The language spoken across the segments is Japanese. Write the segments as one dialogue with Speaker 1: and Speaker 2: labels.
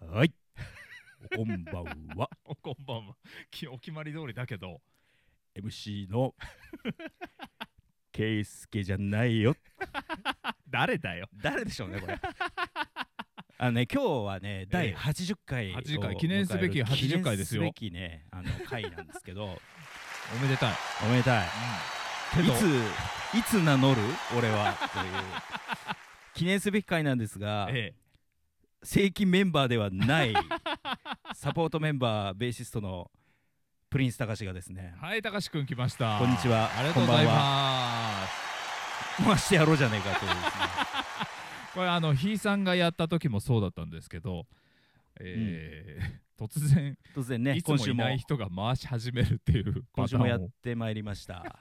Speaker 1: はい。こんばんは。
Speaker 2: おこんばんは。きお決まり通りだけど、
Speaker 1: MC のケイスケじゃないよ。
Speaker 2: 誰だよ。
Speaker 1: 誰でしょうね、これ。あのね、今日はね、第80回を迎える、
Speaker 2: 80回記念すべき80回ですよ
Speaker 1: 記念すべきね、あの回なんですけ ど、
Speaker 2: おめでたい。
Speaker 1: おめでたい。い
Speaker 2: けど
Speaker 1: つ、いつ名乗る俺は。という。記念すべき回なんですが、
Speaker 2: え
Speaker 1: 正規メンバーではない サポートメンバーベーシストのプリンス高志がですね
Speaker 2: え、はい、たかしくん来ました。
Speaker 1: こんにちは
Speaker 2: ありがとうござ
Speaker 1: こ
Speaker 2: い
Speaker 1: んばん
Speaker 2: ます。
Speaker 1: 回してやろうじゃねえかというですね
Speaker 2: これ、あの、ひいさんがやった時もそうだったんですけど、えー突然、
Speaker 1: 突然ね
Speaker 2: いつ
Speaker 1: 今
Speaker 2: も
Speaker 1: 週
Speaker 2: い
Speaker 1: も
Speaker 2: ない人が回し始めるっていう
Speaker 1: 今
Speaker 2: パ
Speaker 1: 週
Speaker 2: ターンを
Speaker 1: もやってまいりました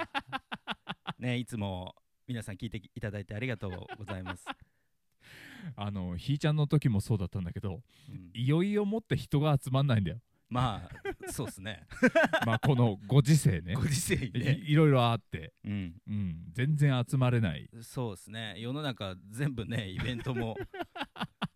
Speaker 1: ねいつも皆さん聞いていただいてありがとうございます、
Speaker 2: あのひいちゃんの時もそうだったんだけど
Speaker 1: うん
Speaker 2: いよいよもって人が集まんないん だよ
Speaker 1: まあそうです ね
Speaker 2: まあこのご時世ね
Speaker 1: ご時世にね、
Speaker 2: いいろいろあって、
Speaker 1: うん、
Speaker 2: うん、全然集まれない
Speaker 1: そうですね世の中全部ねイベントも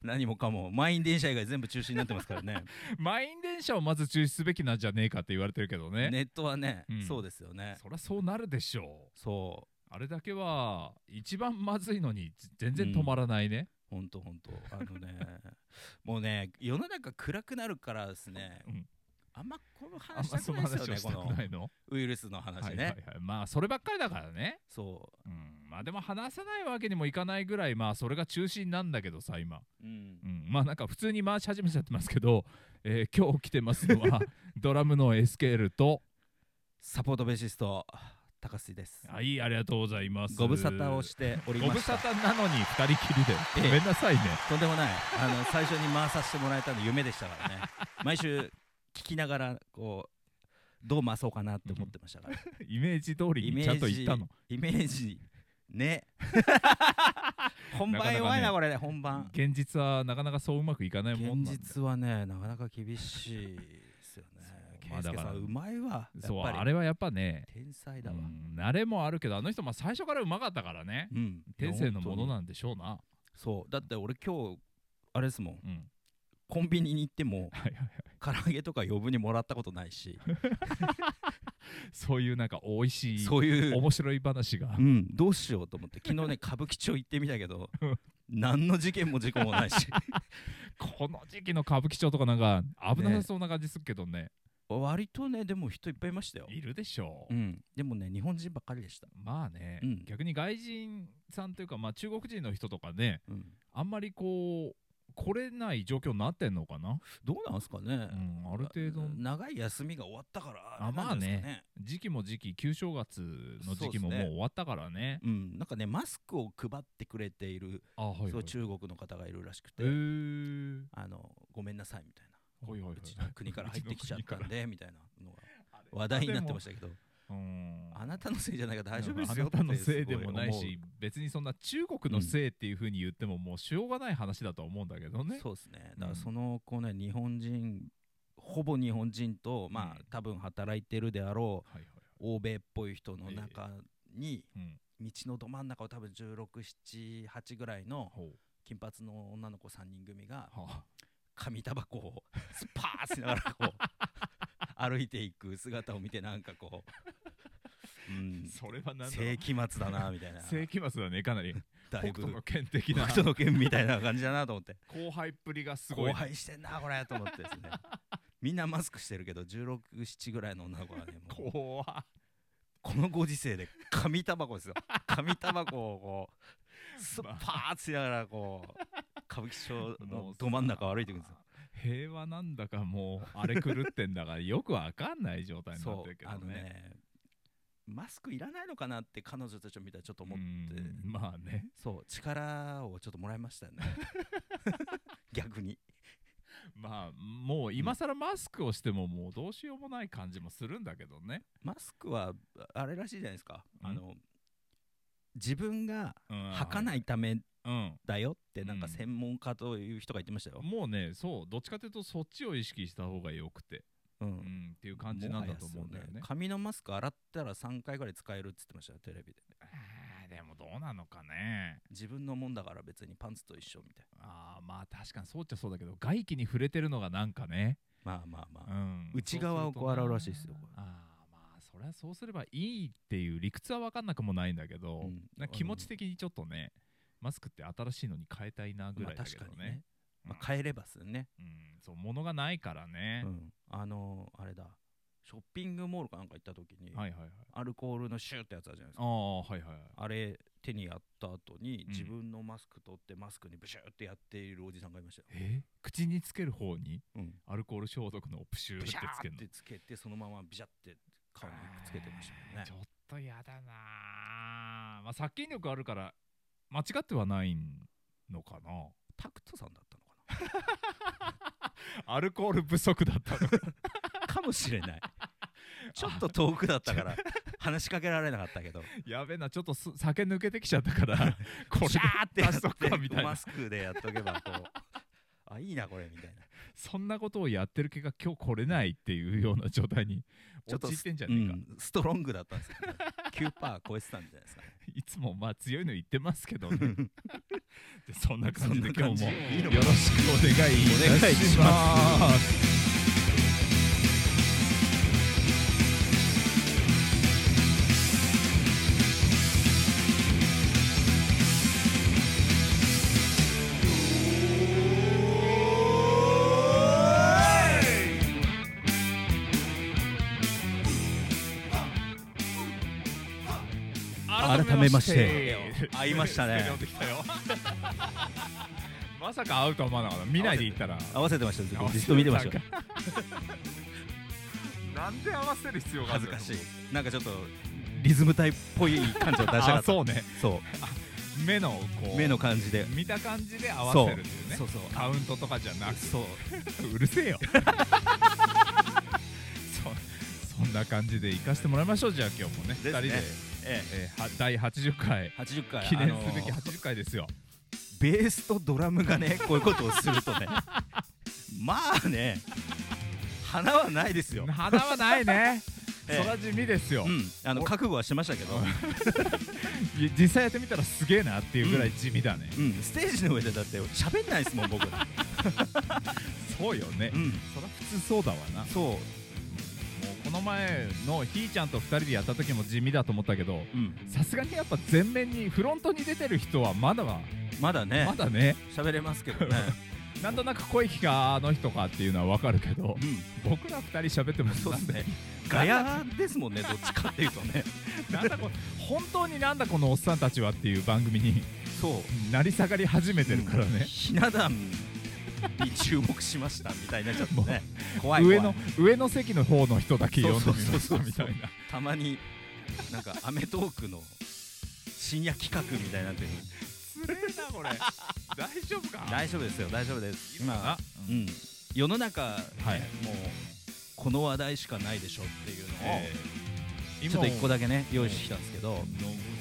Speaker 1: 何もかも満員電車以外全部中止になってますからね
Speaker 2: 満員電車をまず中止すべきなんじゃねえかって言われてるけどね
Speaker 1: ネットはね、
Speaker 2: うん
Speaker 1: そうですよね
Speaker 2: そりゃそうなるでしょう
Speaker 1: そう
Speaker 2: あれだけは一番まずいのにぜ全然止まらないね、
Speaker 1: ほんとほんとあのね もうね世の中暗くなるからですね、
Speaker 2: うん
Speaker 1: あんまこの
Speaker 2: あん
Speaker 1: 話
Speaker 2: ま
Speaker 1: した
Speaker 2: そ
Speaker 1: く
Speaker 2: の
Speaker 1: ないですよね
Speaker 2: 話をした
Speaker 1: この
Speaker 2: くないの
Speaker 1: ウイルスの話ね、
Speaker 2: はいはいはい、まあそればっかりだからね
Speaker 1: そ
Speaker 2: うんまあでも話さないわけにもいかないぐらいまあそれが中心なんだけどさ今、
Speaker 1: う、うん
Speaker 2: う、ん、まあなんか普通に回し始めちゃってますけど、えー今日来てますの はドラムの SKL と
Speaker 1: サポートベーシスト高須です
Speaker 2: はいありがとうございます
Speaker 1: ご無沙汰をしており
Speaker 2: ご
Speaker 1: ま
Speaker 2: 無
Speaker 1: し
Speaker 2: 沙
Speaker 1: た
Speaker 2: 汰なのに2人きりで
Speaker 1: ええ
Speaker 2: ごめんなさいね、
Speaker 1: とんでもないあの最初に回させてもらえたの夢でしたからね 毎週聞きながらこうどう回そうかなって思ってました から
Speaker 2: イメージ通り
Speaker 1: イメージ
Speaker 2: にちゃんと言ったの
Speaker 1: イメージ ね本番弱いなこれね本番
Speaker 2: 現実はなかなかそううまくいかないもんな
Speaker 1: 現
Speaker 2: んだよ
Speaker 1: 実はねなかなか厳しいですよね
Speaker 2: そうまあ
Speaker 1: 圭介
Speaker 2: だ
Speaker 1: さ
Speaker 2: から
Speaker 1: んうまいわや
Speaker 2: そう
Speaker 1: っ
Speaker 2: あ
Speaker 1: ぱり
Speaker 2: れはやっぱね、
Speaker 1: 天才
Speaker 2: う
Speaker 1: だわ
Speaker 2: ん、慣れもあるけどあの人まあ最初からうまかったからね
Speaker 1: うん
Speaker 2: 天性のもの
Speaker 1: ん
Speaker 2: なんでしょうな、
Speaker 1: そうだって俺今日あれですもん
Speaker 2: うん、
Speaker 1: コンビニに行っても
Speaker 2: はいはいはい
Speaker 1: 唐揚げとか余分にもらったことないし
Speaker 2: そういうなんか美味し い
Speaker 1: そういう
Speaker 2: 面白い話が
Speaker 1: う、んどうしようと思って 昨日ね歌舞伎町行ってみたけど何の事件も事故も ないし
Speaker 2: この時期の歌舞伎町とかなんか危なさそうな感じするけどね
Speaker 1: 割とねでも人いっぱいいましたよ
Speaker 2: いるでしょう、
Speaker 1: うんでもね日本人ばっかりでした
Speaker 2: まあね、
Speaker 1: うん
Speaker 2: 逆に外人さんというか、まあ、中国人の人とかね
Speaker 1: うん
Speaker 2: あんまりこう来れない状況になってんのかな、
Speaker 1: どうなんすか
Speaker 2: う
Speaker 1: ね
Speaker 2: ん、ある程度
Speaker 1: 長い休みが終わったから
Speaker 2: あま
Speaker 1: な
Speaker 2: あね
Speaker 1: んですか
Speaker 2: 時期も時期旧正月の時期も
Speaker 1: そう
Speaker 2: も
Speaker 1: っ
Speaker 2: う
Speaker 1: すね
Speaker 2: 終わったからね
Speaker 1: うん、なんかねマスクを配ってくれている、
Speaker 2: あはいはい
Speaker 1: そう中国の方がいるらしくて、
Speaker 2: へー
Speaker 1: あのごめんなさいみたいな、
Speaker 2: はいはいはいう
Speaker 1: ちの国から入ってきちゃったんでみたいなのが話題になってましたけど
Speaker 2: たうん
Speaker 1: あなたのせいじゃないから大丈夫ですよ
Speaker 2: あなたのせいで
Speaker 1: って
Speaker 2: も
Speaker 1: すご
Speaker 2: ない
Speaker 1: 思う
Speaker 2: し別にそんな中国のせいっていうふうに言ってももうしょうがない話だとは思うんだけどね、
Speaker 1: そうですねだからその子ね日本人ほぼ日本人とま
Speaker 2: うん
Speaker 1: あ多分働いてるであろ
Speaker 2: はいはいはいう
Speaker 1: 欧米っぽい人の中に、
Speaker 2: うん
Speaker 1: 道のど真ん中を多分1678ぐらいの
Speaker 2: ほう
Speaker 1: 金髪の女の子3人組が
Speaker 2: は
Speaker 1: 紙タバコをスパーしながら こう歩いていく姿を見てなんかこう、うん、
Speaker 2: あそれは何だろ
Speaker 1: 世
Speaker 2: う
Speaker 1: 紀末だなみたいな
Speaker 2: 世紀末だねかなり
Speaker 1: だい
Speaker 2: 北
Speaker 1: ぶ
Speaker 2: 斗の剣的
Speaker 1: 北
Speaker 2: な
Speaker 1: 斗の剣みたいな感じだなと思って
Speaker 2: 後輩っぷりがすごい
Speaker 1: 後輩してんなこれと思ってです ねみんなマスクしてるけど167ぐらいの女の子はねもう
Speaker 2: 怖っ
Speaker 1: このご時世で紙タバコ ですよ紙タバコをこうスパーしながらこう歌舞伎町
Speaker 2: も
Speaker 1: の
Speaker 2: う
Speaker 1: ど真ん中を歩いていくんですよ
Speaker 2: 平和なんだかもうあれ狂ってんだからよくわかんない状態になっ
Speaker 1: そ
Speaker 2: て
Speaker 1: う
Speaker 2: るけど
Speaker 1: あの
Speaker 2: ね。
Speaker 1: ねマスクいらないのかなって彼女たちを見たらちょっと思っ
Speaker 2: う
Speaker 1: て
Speaker 2: んまあね
Speaker 1: そう力をちょっともらいました よね逆に
Speaker 2: まあもう今更マスクをしてももうどうしようもない感じもするんだけどね、
Speaker 1: マスクはあれらしいじゃないですか
Speaker 2: ん
Speaker 1: あの自分が
Speaker 2: うん、、
Speaker 1: 吐かないいため
Speaker 2: うん、
Speaker 1: だよってなん
Speaker 2: う
Speaker 1: か
Speaker 2: ん
Speaker 1: 専門家という人が言ってましたよ、
Speaker 2: もうねそうどっちかというとそっちを意識した方がよくて、
Speaker 1: うん
Speaker 2: うん、っていう感じなんだと思うんだ
Speaker 1: もはや
Speaker 2: よ
Speaker 1: そう
Speaker 2: ね。
Speaker 1: 紙のマスク洗ったら3回ぐらい使えるっつってましたよテレビで
Speaker 2: あーでもどうなのかね
Speaker 1: 自分のもんだから別にパンツと一緒みたい
Speaker 2: あーまあ確かにそうっちゃそうだけど外気に触れてるのがなんかね、
Speaker 1: なまあまあまあ、
Speaker 2: うん、
Speaker 1: 内側をこう洗うらしいですよこれ
Speaker 2: あーまあそりゃそうすればいいっていう理屈は分かんなくもないんだけど、
Speaker 1: うん
Speaker 2: なんか気持ち的にちょっとねマスクって新しいのに変えたいなぐ
Speaker 1: ま
Speaker 2: ら
Speaker 1: あ
Speaker 2: いだけ
Speaker 1: 確
Speaker 2: ど
Speaker 1: かに
Speaker 2: ね
Speaker 1: ね,、、まあ、変えればっすよね、
Speaker 2: うん、そう物がないからね
Speaker 1: う、ん、あのーあれだショッピングモールかなんか行った時に、
Speaker 2: はいはいはい
Speaker 1: アルコールのシューってやつあるじゃないですか
Speaker 2: ああはいはいはい
Speaker 1: あれ手にやった後に
Speaker 2: ん
Speaker 1: 自分のマスク取ってマスクにブシューってやっているおじさんがいましたよ、
Speaker 2: え口につける方に
Speaker 1: うん、
Speaker 2: アルコール消毒のプシューっ
Speaker 1: ブ
Speaker 2: て
Speaker 1: シャ
Speaker 2: つけ
Speaker 1: ーっ
Speaker 2: るの
Speaker 1: てつけてそのままビシャって顔につけてましたもんね
Speaker 2: ちょっとやだなあまあ殺菌力あるから間違ってはないのかな
Speaker 1: タクトさんだったのか
Speaker 2: アルコール不足だった の
Speaker 1: なかもしれない ちょっと遠くだったから話しかけられなかった けど
Speaker 2: やべえなちょっとす酒抜けてきちゃったから これ
Speaker 1: シャーってや
Speaker 2: 出しとくかみ
Speaker 1: ったて
Speaker 2: いな
Speaker 1: マスクでやっとけばこうあいいなこれみたいな
Speaker 2: そんなことをやってる気が今日来れないっていうような状態に
Speaker 1: ちょっと
Speaker 2: 陥ってんじゃねえか、
Speaker 1: うんストロングだった んですよね9%超えてたんじゃないですかね
Speaker 2: いつもまあ強いの言ってますけ どねでそんな感じ
Speaker 1: そん
Speaker 2: で
Speaker 1: な
Speaker 2: 今
Speaker 1: 感
Speaker 2: 日
Speaker 1: じ
Speaker 2: も
Speaker 1: いいのか
Speaker 2: よろしくお願いいたし
Speaker 1: お
Speaker 2: ま
Speaker 1: 願
Speaker 2: す
Speaker 1: 改めまして会いましたね
Speaker 2: 呼んできたよ まさか会うとは思わなかった見ないで行ったら
Speaker 1: 合わせてましたよ僕ずっと見てましたよ
Speaker 2: なんで合わせる必要があ
Speaker 1: 恥
Speaker 2: る
Speaker 1: ず
Speaker 2: んだ
Speaker 1: か
Speaker 2: ろう
Speaker 1: しいなんかちょっとリズム体っぽい感じを出したか
Speaker 2: あ
Speaker 1: った
Speaker 2: そうね
Speaker 1: そ
Speaker 2: 目のこ
Speaker 1: う
Speaker 2: う
Speaker 1: 目の感じで
Speaker 2: 見た感じで合わ
Speaker 1: そう
Speaker 2: せるっていうね
Speaker 1: そうそう
Speaker 2: カウントとかじゃなくそううるせえよ そそんな感じで行かせてもらいましょうじゃあ今日もね
Speaker 1: すね
Speaker 2: 2人で、
Speaker 1: え
Speaker 2: えーは第80回
Speaker 1: え80回
Speaker 2: 記念すべ
Speaker 1: あ
Speaker 2: き
Speaker 1: のー
Speaker 2: 80回ですよ、
Speaker 1: ベースとドラムが ねこういうことをするとねまあね花はないですよ、
Speaker 2: 花は ないね
Speaker 1: ええ
Speaker 2: そら地味ですよ、
Speaker 1: うん、あの覚悟はしてましたけど、
Speaker 2: い実際やってみたらすげえなっていうぐらい地味だね、
Speaker 1: うん、ステージの上でだって喋んないですもん僕、う
Speaker 2: そうよね、
Speaker 1: ん、
Speaker 2: そら普通そうだわな
Speaker 1: そ
Speaker 2: もうこの前のひーちゃんと2人でやった時も地味だと思ったけど
Speaker 1: う、うん、
Speaker 2: さすがにやっぱ前面にフロントに出てる人はまだは
Speaker 1: まだね
Speaker 2: まだね
Speaker 1: 喋れますけ どね、
Speaker 2: なんとなく声聞かあの人かっていうのは分かるけど
Speaker 1: うん、
Speaker 2: 僕ら2人喋っても
Speaker 1: そう
Speaker 2: なん
Speaker 1: です
Speaker 2: だ
Speaker 1: ねガヤですもんねどっちかっていうとね
Speaker 2: なんだこ本当になんだこのおっさんたちはっていう番組に
Speaker 1: そう
Speaker 2: 成り下がり始めてるからね、
Speaker 1: ひな壇に注目しましたみたいになっちゃってね怖い怖い
Speaker 2: 上の上の席の方の人だけ呼んでみまし
Speaker 1: そ
Speaker 2: た
Speaker 1: うそうそうそう
Speaker 2: みたいな
Speaker 1: たまになんか『アメトーク』の深夜企画みたいになってる
Speaker 2: つれえなこれ大丈夫か
Speaker 1: 大丈夫ですよ大丈夫です
Speaker 2: あ
Speaker 1: 今、うん、世の中、
Speaker 2: はい
Speaker 1: もうこの話題しかないでしょっていうのを、
Speaker 2: えー
Speaker 1: ちょっと一個
Speaker 2: だ
Speaker 1: だけね用意してきたんですけど、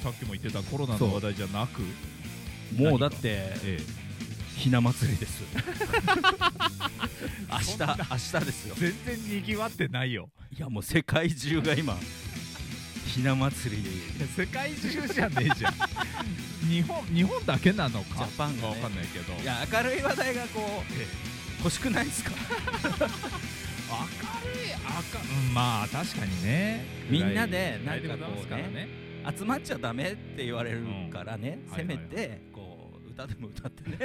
Speaker 2: さっきも言ってたコロナの話題じゃなく、
Speaker 1: もうだって
Speaker 2: え
Speaker 1: ひな祭りです 明日
Speaker 2: そんな
Speaker 1: 明日ですよ
Speaker 2: え全然にぎわってないよ
Speaker 1: いやもう世界中が今 ひな祭りで
Speaker 2: いや世界中じゃねえ じゃん日本日本だけなのか
Speaker 1: ジャパンがね
Speaker 2: わかんないけど
Speaker 1: いや明るい話題がこう
Speaker 2: ええ
Speaker 1: 欲しくないですか
Speaker 2: 明るい明うんまあ確かにね
Speaker 1: みんなで
Speaker 2: 暗い
Speaker 1: なんかこうね
Speaker 2: 暗いでございますから
Speaker 1: 集まっちゃダメって言われるからね、
Speaker 2: うん
Speaker 1: せめて、
Speaker 2: は
Speaker 1: こう歌でも歌ってね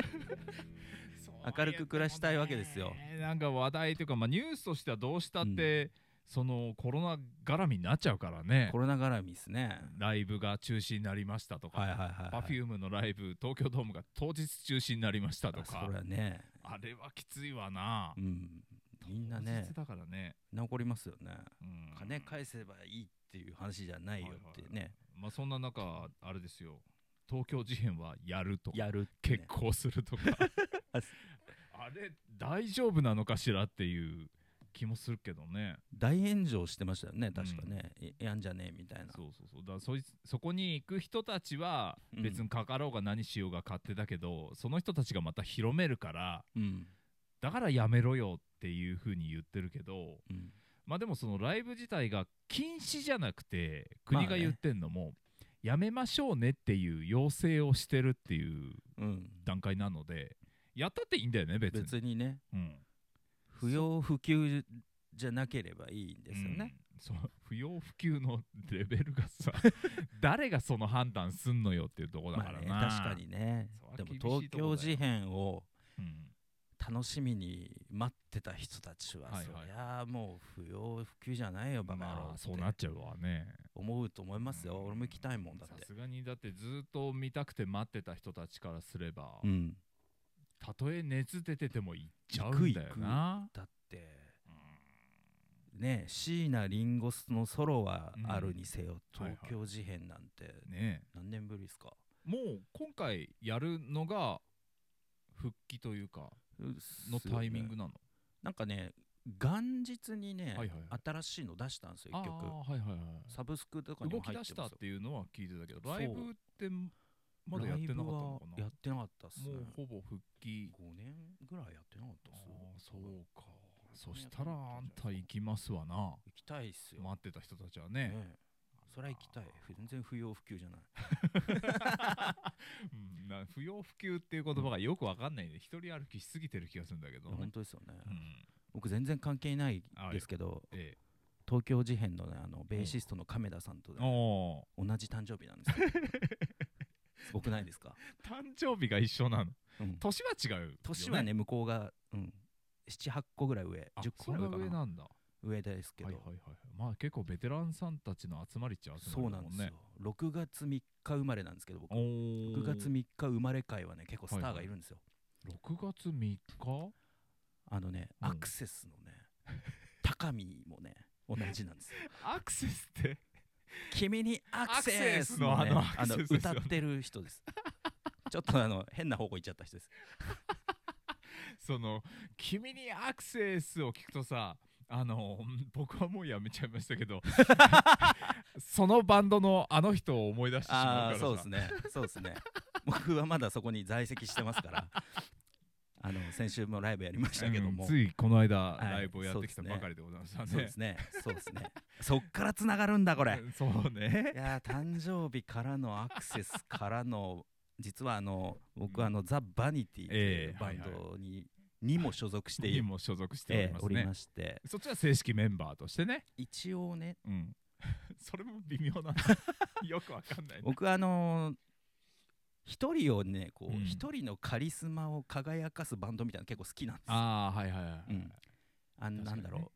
Speaker 2: そう
Speaker 1: 明るく暮らしたいわけですよ
Speaker 2: ねなんか話題というか、まあ、ニュースとしてはどうしたって、そのコロナ絡みになっちゃうからね
Speaker 1: コロナ絡みですね
Speaker 2: ライブが中止になりましたとか、
Speaker 1: はいはいはい、はい、
Speaker 2: パフュームのライブ東京ドームが当日中止になりましたと
Speaker 1: あ
Speaker 2: か
Speaker 1: それはね
Speaker 2: あれはきついわな
Speaker 1: うんみんなね
Speaker 2: 当日だからね、
Speaker 1: 残りますよね
Speaker 2: うん
Speaker 1: 金返せばいいっていう話じゃないよっていうね、
Speaker 2: まあそんな中あれですよ東京事変はやるとか
Speaker 1: やるってね
Speaker 2: 結婚するとか
Speaker 1: あ
Speaker 2: あれ大丈夫なのかしらっていう気もするけどね
Speaker 1: 大炎上してましたよね確かね、いやんじゃねえみたいな
Speaker 2: そうそうそうだからそいつそこに行く人たちは
Speaker 1: うん
Speaker 2: 別にかかろうが何しようが勝手だけど、その人たちがまた広めるから
Speaker 1: うん、
Speaker 2: だからやめろよっていうふうに言ってるけど
Speaker 1: うん、
Speaker 2: まあでもそのライブ自体が禁止じゃなくて国が言ってんのも、やめましょうねっていう要請をしてるっていう
Speaker 1: うん、
Speaker 2: 段階なのでやったっていいんだよね別に
Speaker 1: 別にね
Speaker 2: うん、
Speaker 1: 不要不急じゃなければいいんですよね、
Speaker 2: うんそう不要不急のレベル がさ誰がその判断すんのよっていうとこだか
Speaker 1: まあ
Speaker 2: ら
Speaker 1: ね
Speaker 2: な、
Speaker 1: 確かにね
Speaker 2: それは
Speaker 1: でも
Speaker 2: 厳しいとこだよ
Speaker 1: 東京事変を
Speaker 2: うん
Speaker 1: 楽しみに待ってた人たちは、
Speaker 2: はい
Speaker 1: そ
Speaker 2: はい
Speaker 1: りゃあもう不要不急じゃないよバカ野郎
Speaker 2: まあそうな
Speaker 1: っ
Speaker 2: ってちゃうわね
Speaker 1: 思うと思いますよ、
Speaker 2: うん
Speaker 1: 俺も行きたいもんだ
Speaker 2: さ
Speaker 1: って
Speaker 2: すがにだってずっと見たくて待ってた人たちからすれば、
Speaker 1: うん
Speaker 2: たとえ熱出てても行っちゃうんだよな
Speaker 1: だってね椎名林檎のソロはあるにせよ、
Speaker 2: うんはいはい
Speaker 1: 東京事変なんて
Speaker 2: ねえ
Speaker 1: 何年ぶりですか、
Speaker 2: もう今回やるのが復帰というかのタイミング
Speaker 1: の
Speaker 2: なの、
Speaker 1: なんかね元日にね、
Speaker 2: はいはいはい
Speaker 1: 新しいの出したんですよ
Speaker 2: あ
Speaker 1: 一曲
Speaker 2: あはいはいはい
Speaker 1: サブスクとかに
Speaker 2: 動
Speaker 1: も
Speaker 2: き
Speaker 1: 入ってます
Speaker 2: 出
Speaker 1: よ
Speaker 2: したっていうのは聞いてたけど
Speaker 1: そう
Speaker 2: ライブってまだやってなかったのか
Speaker 1: ライブはや
Speaker 2: な
Speaker 1: ってなかったっすね
Speaker 2: もうほぼ復帰
Speaker 1: 5年ぐらいやってなかった
Speaker 2: あ
Speaker 1: っす
Speaker 2: あそ
Speaker 1: 多分
Speaker 2: うかそしたらあんた行きますわな
Speaker 1: 行きたいっすよ、
Speaker 2: 待ってた人たちはね
Speaker 1: ねえそりゃ行きたい全然不要不急じゃない
Speaker 2: うんな不要不急っていう言葉がよくわかんないね一人歩きしすぎてる気がするんだけど
Speaker 1: 本当ですよね、
Speaker 2: うん
Speaker 1: 僕全然関係ないですけど
Speaker 2: え
Speaker 1: 東京事変のねあのベーシストの亀田さんと
Speaker 2: え
Speaker 1: ね、
Speaker 2: おー
Speaker 1: 同じ誕生日なんです よすごくないですか、
Speaker 2: 誕生日が一緒なの
Speaker 1: うん
Speaker 2: 年は違うよね
Speaker 1: 年はね向こうが、うん、78個ぐらい上
Speaker 2: あ
Speaker 1: 10個ぐらい上
Speaker 2: そ
Speaker 1: か
Speaker 2: んな
Speaker 1: な
Speaker 2: 上なんだ
Speaker 1: 上ですけど、
Speaker 2: はいはいはいはいまあ結構ベテランさんたちの集まりっちゃ集
Speaker 1: そ
Speaker 2: ま
Speaker 1: う
Speaker 2: り
Speaker 1: な
Speaker 2: だ
Speaker 1: ん
Speaker 2: も
Speaker 1: で
Speaker 2: ん
Speaker 1: すよ
Speaker 2: ね
Speaker 1: 6月3日生まれなんですけど僕
Speaker 2: おー
Speaker 1: 6月3日生まれ会はね結構スターがいるんですよ、
Speaker 2: 6月3日
Speaker 1: あのね、
Speaker 2: うん
Speaker 1: アクセスのね高見もね同じなんです よ
Speaker 2: アクセスって
Speaker 1: 君にアク
Speaker 2: アクセ
Speaker 1: セ
Speaker 2: ス
Speaker 1: ス
Speaker 2: の
Speaker 1: の,、
Speaker 2: あ
Speaker 1: ね、
Speaker 2: の
Speaker 1: あの
Speaker 2: アクセスです
Speaker 1: 歌
Speaker 2: よ
Speaker 1: っ
Speaker 2: ね
Speaker 1: てる人ですちょっとあの変な方向行っちゃった人です
Speaker 2: その「君にアクセス」を聞くとさあのうん僕はもうやめちゃいまし たけどそのバンドのあの人を思い 出してしま
Speaker 1: あ
Speaker 2: う
Speaker 1: あ
Speaker 2: か
Speaker 1: そう
Speaker 2: ら
Speaker 1: です
Speaker 2: さ
Speaker 1: ねそうですね僕はまだそこに在籍してますからあの先週もライブやりましたけど
Speaker 2: う
Speaker 1: も、
Speaker 2: んついこの間
Speaker 1: はい
Speaker 2: ライブをやってきたばかりでございます
Speaker 1: そうですねそうですねそっからつながるんだこれ
Speaker 2: そうね
Speaker 1: いやー誕生日からのアクセスからの実はあ の僕はあの、ザ・バニティとい
Speaker 2: え
Speaker 1: う
Speaker 2: え
Speaker 1: バ
Speaker 2: はい
Speaker 1: ン
Speaker 2: はい
Speaker 1: ドに,、にも所属してい
Speaker 2: に
Speaker 1: る
Speaker 2: も所属しており
Speaker 1: ええ
Speaker 2: ます
Speaker 1: おり
Speaker 2: ね
Speaker 1: まして
Speaker 2: そっちは正式メンバーとしてね
Speaker 1: 一応ね
Speaker 2: うん それも微妙 なよくわかんないね
Speaker 1: 僕はあのー一人をねこ
Speaker 2: うん
Speaker 1: う一、人のカリスマを輝かすバンドみたいなの結構好きなんですよ
Speaker 2: ああはいはいはい
Speaker 1: うんあん
Speaker 2: 確
Speaker 1: な
Speaker 2: かに
Speaker 1: んだ
Speaker 2: ね
Speaker 1: ろう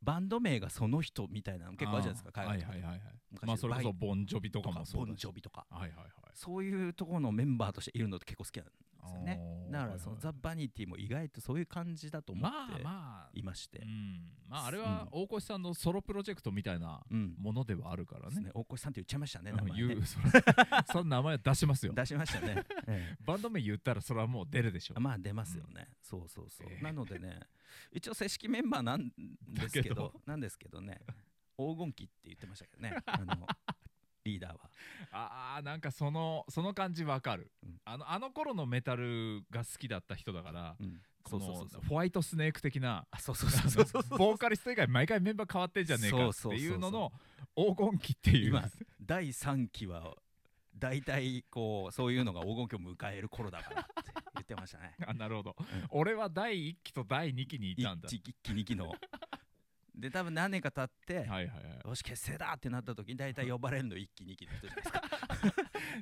Speaker 1: バンド名がその人みたいなの結構あるじゃないですか
Speaker 2: あー
Speaker 1: 海外とか
Speaker 2: は
Speaker 1: で
Speaker 2: いはいはいはい
Speaker 1: 昔
Speaker 2: まあそれこ
Speaker 1: バ
Speaker 2: そ
Speaker 1: イ
Speaker 2: ボンジョビとかもそう
Speaker 1: ボ
Speaker 2: だ
Speaker 1: ン
Speaker 2: し
Speaker 1: ジョビとか
Speaker 2: はいはいはい
Speaker 1: そういうところのメンバーとしているのって結構好きなんですよね
Speaker 2: あー
Speaker 1: だか
Speaker 2: は
Speaker 1: ら
Speaker 2: い
Speaker 1: その
Speaker 2: はい
Speaker 1: ザ・バニティも意外とそういう感じだと思っ
Speaker 2: まあ
Speaker 1: て
Speaker 2: まあ
Speaker 1: いまして、
Speaker 2: うんまああれは大越さんのソロプロジェクトみたいな
Speaker 1: うん
Speaker 2: ものではあるから
Speaker 1: です
Speaker 2: ね
Speaker 1: ね大越さんって言っちゃいましたね
Speaker 2: う
Speaker 1: 名
Speaker 2: ん
Speaker 1: 前ね
Speaker 2: 言うそ らその名前は出しますよ
Speaker 1: 出しました ね、ええ
Speaker 2: バンド名言ったらそれはもう出るでしょ
Speaker 1: あまあ出ますよね、そうそうそう、
Speaker 2: ええ
Speaker 1: なのでね一応正式メンバーなんですけど
Speaker 2: だけど
Speaker 1: なんですけどね黄金期って言ってましたけどねあのリーダーは
Speaker 2: あーなんかそのその感じわかる
Speaker 1: うん
Speaker 2: あのあの頃のメタルが好きだった人だから
Speaker 1: うんそ
Speaker 2: こ
Speaker 1: うそうそ
Speaker 2: の
Speaker 1: うそう
Speaker 2: ホワイトスネーク的な
Speaker 1: あそうそうそうそうそう
Speaker 2: あのボーカリスト以外毎回メンバー変わってんじゃねえかって
Speaker 1: そうそうそうそう
Speaker 2: いうのの黄金期っていう
Speaker 1: 今 第3期は大体こうそういうのが黄金期を迎える頃だからって言ってましたね
Speaker 2: あなるほど、
Speaker 1: うん
Speaker 2: 俺は第1期と第2期にいたんだ
Speaker 1: 一期一期二期 ので多分何年か経って、
Speaker 2: はいはいはい
Speaker 1: よし結成だってなった時に大体呼ばれるの一期二期の人じゃないですか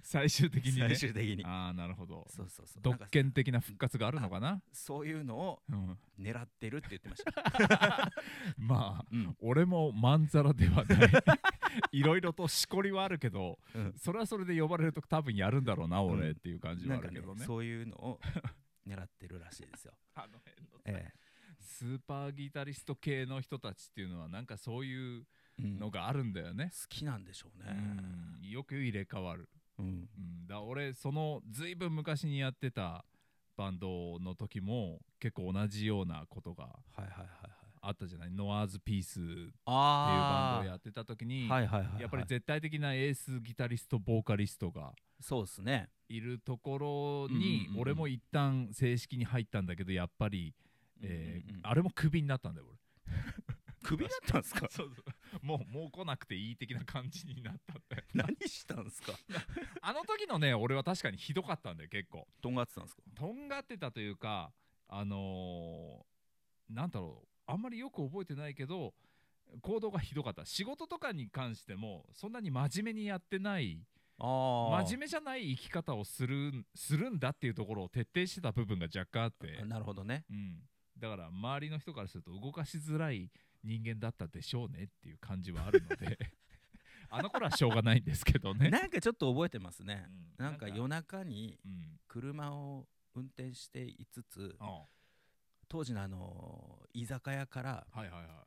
Speaker 2: 最終的にね
Speaker 1: 最終的に
Speaker 2: ああなるほど
Speaker 1: そうそうそうなん
Speaker 2: 独
Speaker 1: か
Speaker 2: 権的な復活があるのかな、
Speaker 1: そういうのを
Speaker 2: うん、
Speaker 1: 狙ってるって言ってました、
Speaker 2: まあ
Speaker 1: うん
Speaker 2: 俺もまんざらではない いろいろとしこりはあるけど
Speaker 1: うん、
Speaker 2: それはそれで呼ばれると多分やるんだろうな
Speaker 1: う
Speaker 2: 俺、
Speaker 1: ん
Speaker 2: っていう感じ
Speaker 1: な
Speaker 2: は
Speaker 1: んか
Speaker 2: あるけ
Speaker 1: ね
Speaker 2: どね
Speaker 1: そういうの を狙ってるらしいですよ。
Speaker 2: あの辺のさ
Speaker 1: え
Speaker 2: スーパーギタリスト系の人たちっていうのはなんかそういう
Speaker 1: えうん
Speaker 2: の
Speaker 1: 好
Speaker 2: があるんだよね、
Speaker 1: きなんでしょうね。
Speaker 2: うんよく入れ替わる
Speaker 1: うん
Speaker 2: うん、だ俺そのずいぶん昔にやってたバンドの時も結構同じようなことが
Speaker 1: はいはいはいはい。
Speaker 2: あったじゃないノアーズ・ピースっていうバン
Speaker 1: あ
Speaker 2: ドをやってた時
Speaker 1: ー
Speaker 2: に、
Speaker 1: はいはいはいはい。
Speaker 2: やっぱり絶対的なエースギタリストボーカリストが
Speaker 1: そうですね。
Speaker 2: いるところ
Speaker 1: うん
Speaker 2: に
Speaker 1: うんうんうん
Speaker 2: 俺も一旦正式に入ったんだけどやっぱり、えー
Speaker 1: うんうんうん
Speaker 2: あれもクビになったんだよ俺
Speaker 1: 首だったんですか。
Speaker 2: そうそうもうもう来なくていい的な感じになった って
Speaker 1: 何したんですか
Speaker 2: あの時のね俺は確かにひどかったんだよ結構
Speaker 1: とんがってたんですか
Speaker 2: とんがってたというかあのーなんだろうあんまりよく覚えてないけど行動がひどかった仕事とかに関してもそんなに真面目にやってない
Speaker 1: ああ
Speaker 2: 真面目じゃない生き方をするんするんだっていうところを徹底してた部分が若干あって、
Speaker 1: なるほどね
Speaker 2: うん、だから周りの人からすると動かしづらい人間だったでしょうねっていう感じはあるの であの頃はしょうがないんですけどね。
Speaker 1: なんかちょっと覚えてます
Speaker 2: う
Speaker 1: ね、
Speaker 2: ん
Speaker 1: なんか夜中に
Speaker 2: うん
Speaker 1: 車を運転していつつ
Speaker 2: あは
Speaker 1: 当時のあのー居酒屋から
Speaker 2: いはいは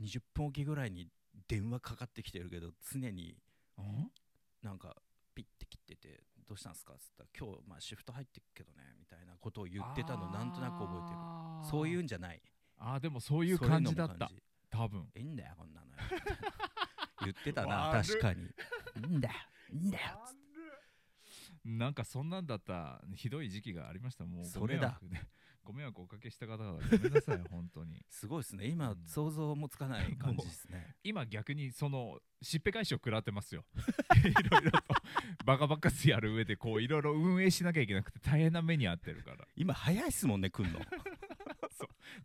Speaker 1: 20分おきぐらいに電話かかってきてるけど常に
Speaker 2: い。うん
Speaker 1: なんかピッて切ってて「どうしたんですか?」っつったら「今日まあシフト入ってくけどね」みたいなことを言ってたのなんとなく覚えてる
Speaker 2: あー
Speaker 1: そういうんじゃない
Speaker 2: あーでもそういう
Speaker 1: その
Speaker 2: 感
Speaker 1: も
Speaker 2: じだった
Speaker 1: 感じ
Speaker 2: 多分
Speaker 1: いいんだよこん なのよ言ってたな
Speaker 2: 悪っ
Speaker 1: 確かにいいんだよいいんだよつって
Speaker 2: なんかそんなんだったひどい時期がありましたもう
Speaker 1: それだ
Speaker 2: ご迷惑で ご迷惑をおかけした方々ごめんなさい本当に
Speaker 1: すごいですね今
Speaker 2: うん
Speaker 1: 想像もつかない感じですね
Speaker 2: 今逆にそのしっぺ返しを食らってますよ いろいろとバカバカしやる上でこういろいろ運営しなきゃいけなくて大変な目に遭ってるから
Speaker 1: 今早いっすもんね来んの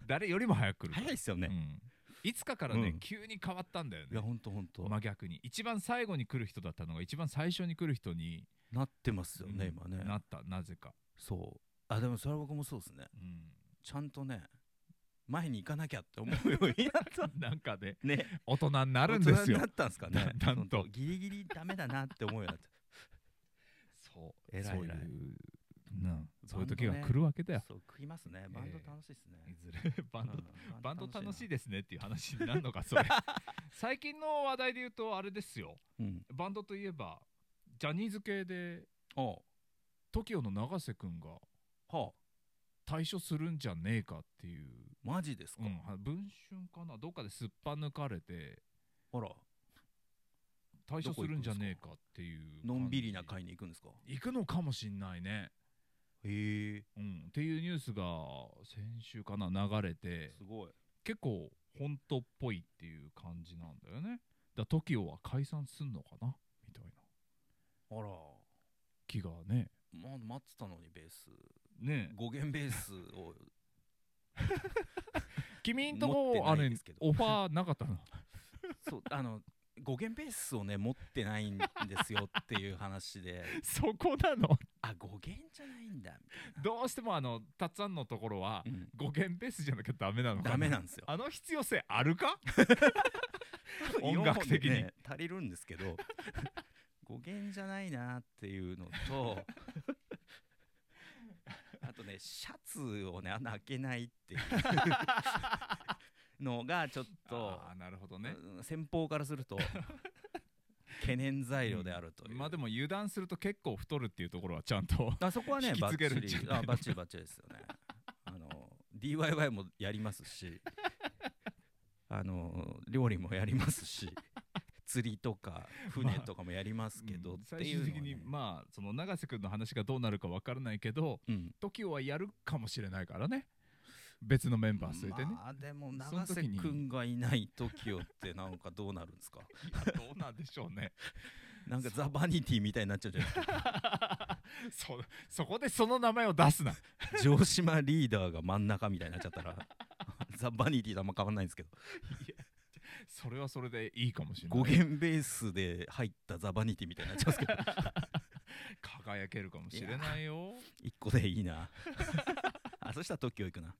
Speaker 2: 誰よりも早く来るから
Speaker 1: 早いっすよ
Speaker 2: う
Speaker 1: ね
Speaker 2: んいつかからね、
Speaker 1: うん
Speaker 2: 急に変わったんだよ
Speaker 1: いや
Speaker 2: ね
Speaker 1: ほんとほんと
Speaker 2: 真逆に一番最後に来る人だったのが一番最初に来る人に
Speaker 1: なってますよね
Speaker 2: うん
Speaker 1: 今ね
Speaker 2: なったなぜか、
Speaker 1: そうあでもそれは僕もそうですね
Speaker 2: うん、
Speaker 1: ちゃんとね前に行かなきゃって思うようになった
Speaker 2: なんか ね
Speaker 1: ね
Speaker 2: 大人になるんです
Speaker 1: 大人に
Speaker 2: よ
Speaker 1: なったんですかね
Speaker 2: だんだんと
Speaker 1: ほとギリギリダメだなって思うようになって
Speaker 2: そう
Speaker 1: 偉い
Speaker 2: そういう
Speaker 1: 偉い
Speaker 2: な そういう時
Speaker 1: バ
Speaker 2: が
Speaker 1: ンドね
Speaker 2: 来るわけだよ、
Speaker 1: そう食いますねバンド楽しいです
Speaker 2: い
Speaker 1: ね、
Speaker 2: ずれバンド、
Speaker 1: うん
Speaker 2: バンド楽しい
Speaker 1: で
Speaker 2: ですねっていう話になるのか それ最近の話題で言うとあれですよ
Speaker 1: うん
Speaker 2: バンドといえばジャニーズ系で
Speaker 1: おう
Speaker 2: TOKIO の永瀬くんが
Speaker 1: はあ
Speaker 2: 退所するんじゃねえかっていう、
Speaker 1: マジですか、
Speaker 2: うんは文春かなどっかですっぱ抜かれて
Speaker 1: あら
Speaker 2: 退所するんじゃねえかっていう
Speaker 1: のんびりな
Speaker 2: 感
Speaker 1: 会に行くんですか
Speaker 2: じ行くのかもしんないね、
Speaker 1: へえ
Speaker 2: うん、っていうニュースが先週かな流れて
Speaker 1: すごい
Speaker 2: 結構本当っぽいっていう感じなんだよねだ TOKIO は解散すんのかなみたいな
Speaker 1: あら
Speaker 2: 気がね
Speaker 1: ま待ってたのにベース
Speaker 2: ね
Speaker 1: 5弦ベースを
Speaker 2: 君んと
Speaker 1: 持って
Speaker 2: こ
Speaker 1: ない
Speaker 2: あれ
Speaker 1: ですけど
Speaker 2: オファーなか ったの
Speaker 1: そうあの5弦ベースをね持ってないんですよっていう話で
Speaker 2: そこなの
Speaker 1: あ5弦じゃないんだみ
Speaker 2: どうしてもあのたっつぁんのところは
Speaker 1: たいな、
Speaker 2: 語源ベースじゃなきゃダメなのか
Speaker 1: ダメなんですよ
Speaker 2: あの必要性あるか音楽
Speaker 1: 4
Speaker 2: 的に
Speaker 1: 本でね足りるんですけど語源じゃないなっていうのとあとねシャツをね穴開けないっていうのがちょっと
Speaker 2: あ、ーなるほどね
Speaker 1: うん先方からすると懸念材料であるという、
Speaker 2: まあでも油断すると結構太るっていうところはちゃんと
Speaker 1: あそこはね
Speaker 2: 引き
Speaker 1: バッ
Speaker 2: 継げるん
Speaker 1: チ
Speaker 2: じゃ
Speaker 1: リ
Speaker 2: ない
Speaker 1: あバッチリバッチリですよね あの DIY もやりますし あの料理もやりますし 釣りとか船とかもやりますけど、
Speaker 2: うん
Speaker 1: って
Speaker 2: 最
Speaker 1: いう
Speaker 2: 終
Speaker 1: の
Speaker 2: 的
Speaker 1: はね
Speaker 2: にまあその永瀬君の話がどうなるか分からないけど
Speaker 1: うん、
Speaker 2: TOKIO はやるかもしれないからね別のメンバー据えてね、
Speaker 1: まあでも
Speaker 2: その
Speaker 1: 永瀬
Speaker 2: 時に
Speaker 1: 君がいない TOKIO ってなんかどうなるんですか
Speaker 2: いやどうなんでしょうね
Speaker 1: なんかザ・バニティみたいになっちゃうじゃないですか
Speaker 2: そそこでその名前を出すな
Speaker 1: 城島リーダーが真ん中みたいになっちゃったら ザ・バニティとあんま変わんないんですけど
Speaker 2: それはそれでいいかもしれない
Speaker 1: 5弦ベースで入ったザ・バニティみたいになっちゃうんですけど
Speaker 2: 輝けるかもしれないよ
Speaker 1: 一個でいいな あそしたら TOKIO 行くな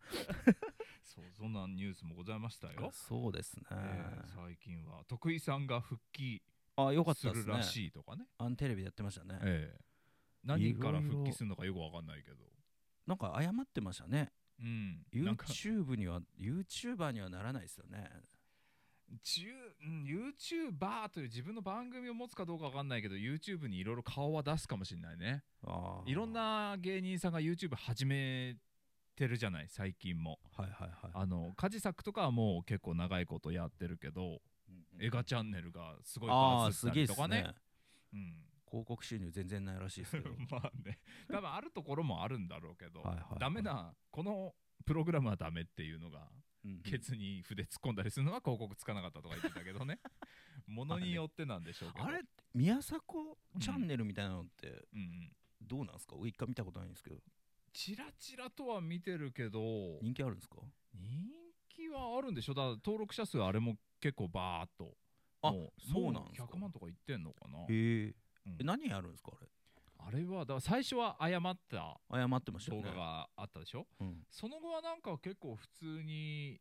Speaker 2: そうそんなニュースもございましたよ、
Speaker 1: そうですね、
Speaker 2: えー最近は徳井さんが復帰
Speaker 1: あよかっ
Speaker 2: す
Speaker 1: たです
Speaker 2: るら
Speaker 1: ね
Speaker 2: しいとかね
Speaker 1: あのテレビでやってましたね、
Speaker 2: ええ何から
Speaker 1: いろいろ
Speaker 2: 復帰するのかよくわかんないけど
Speaker 1: なんか謝ってましたね
Speaker 2: うんなんか
Speaker 1: YouTube には YouTuber にはならないですよね
Speaker 2: ちゅうん YouTuber という自分の番組を持つかどうかわかんないけど YouTube にいろいろ顔は出すかもしれないね
Speaker 1: あー
Speaker 2: いろんな芸人さんが YouTube 始めてるじゃない最近も
Speaker 1: はいはいはい
Speaker 2: あのカジサックとかはもう結構長いことやってるけど、映画チャンネルがすごい
Speaker 1: あ
Speaker 2: バ
Speaker 1: あ
Speaker 2: ズ
Speaker 1: す
Speaker 2: った
Speaker 1: げえ
Speaker 2: り
Speaker 1: っ
Speaker 2: と
Speaker 1: す
Speaker 2: かね
Speaker 1: ね
Speaker 2: うん、
Speaker 1: 広告収入全然ないらしいですけど
Speaker 2: まあね多分あるところもあるんだろうけど、
Speaker 1: はいはいはい
Speaker 2: ダメなこのプログラムはダメっていうのが
Speaker 1: うん
Speaker 2: ケツに筆突っ込んだりするのは広告つかなかったとか言ってた けどねものによってなんでしょうけど
Speaker 1: あれ宮迫チャンネルみたいなのって
Speaker 2: うんうん
Speaker 1: どうなんですか俺一回見たことないんですけど
Speaker 2: チラチラとは見てるけど
Speaker 1: 人気あるんですか
Speaker 2: 人気はあるんでしょだから登録者数あれも結構バーっと
Speaker 1: あ
Speaker 2: も
Speaker 1: そうなんですか
Speaker 2: もう100万とかいってんのかな、
Speaker 1: へえ
Speaker 2: うん
Speaker 1: え何やるんですか
Speaker 2: あれはだから最初は誤った
Speaker 1: あれ謝ってました
Speaker 2: 動
Speaker 1: よね
Speaker 2: 画があったでしょ
Speaker 1: うん
Speaker 2: その後はなんか結構普通に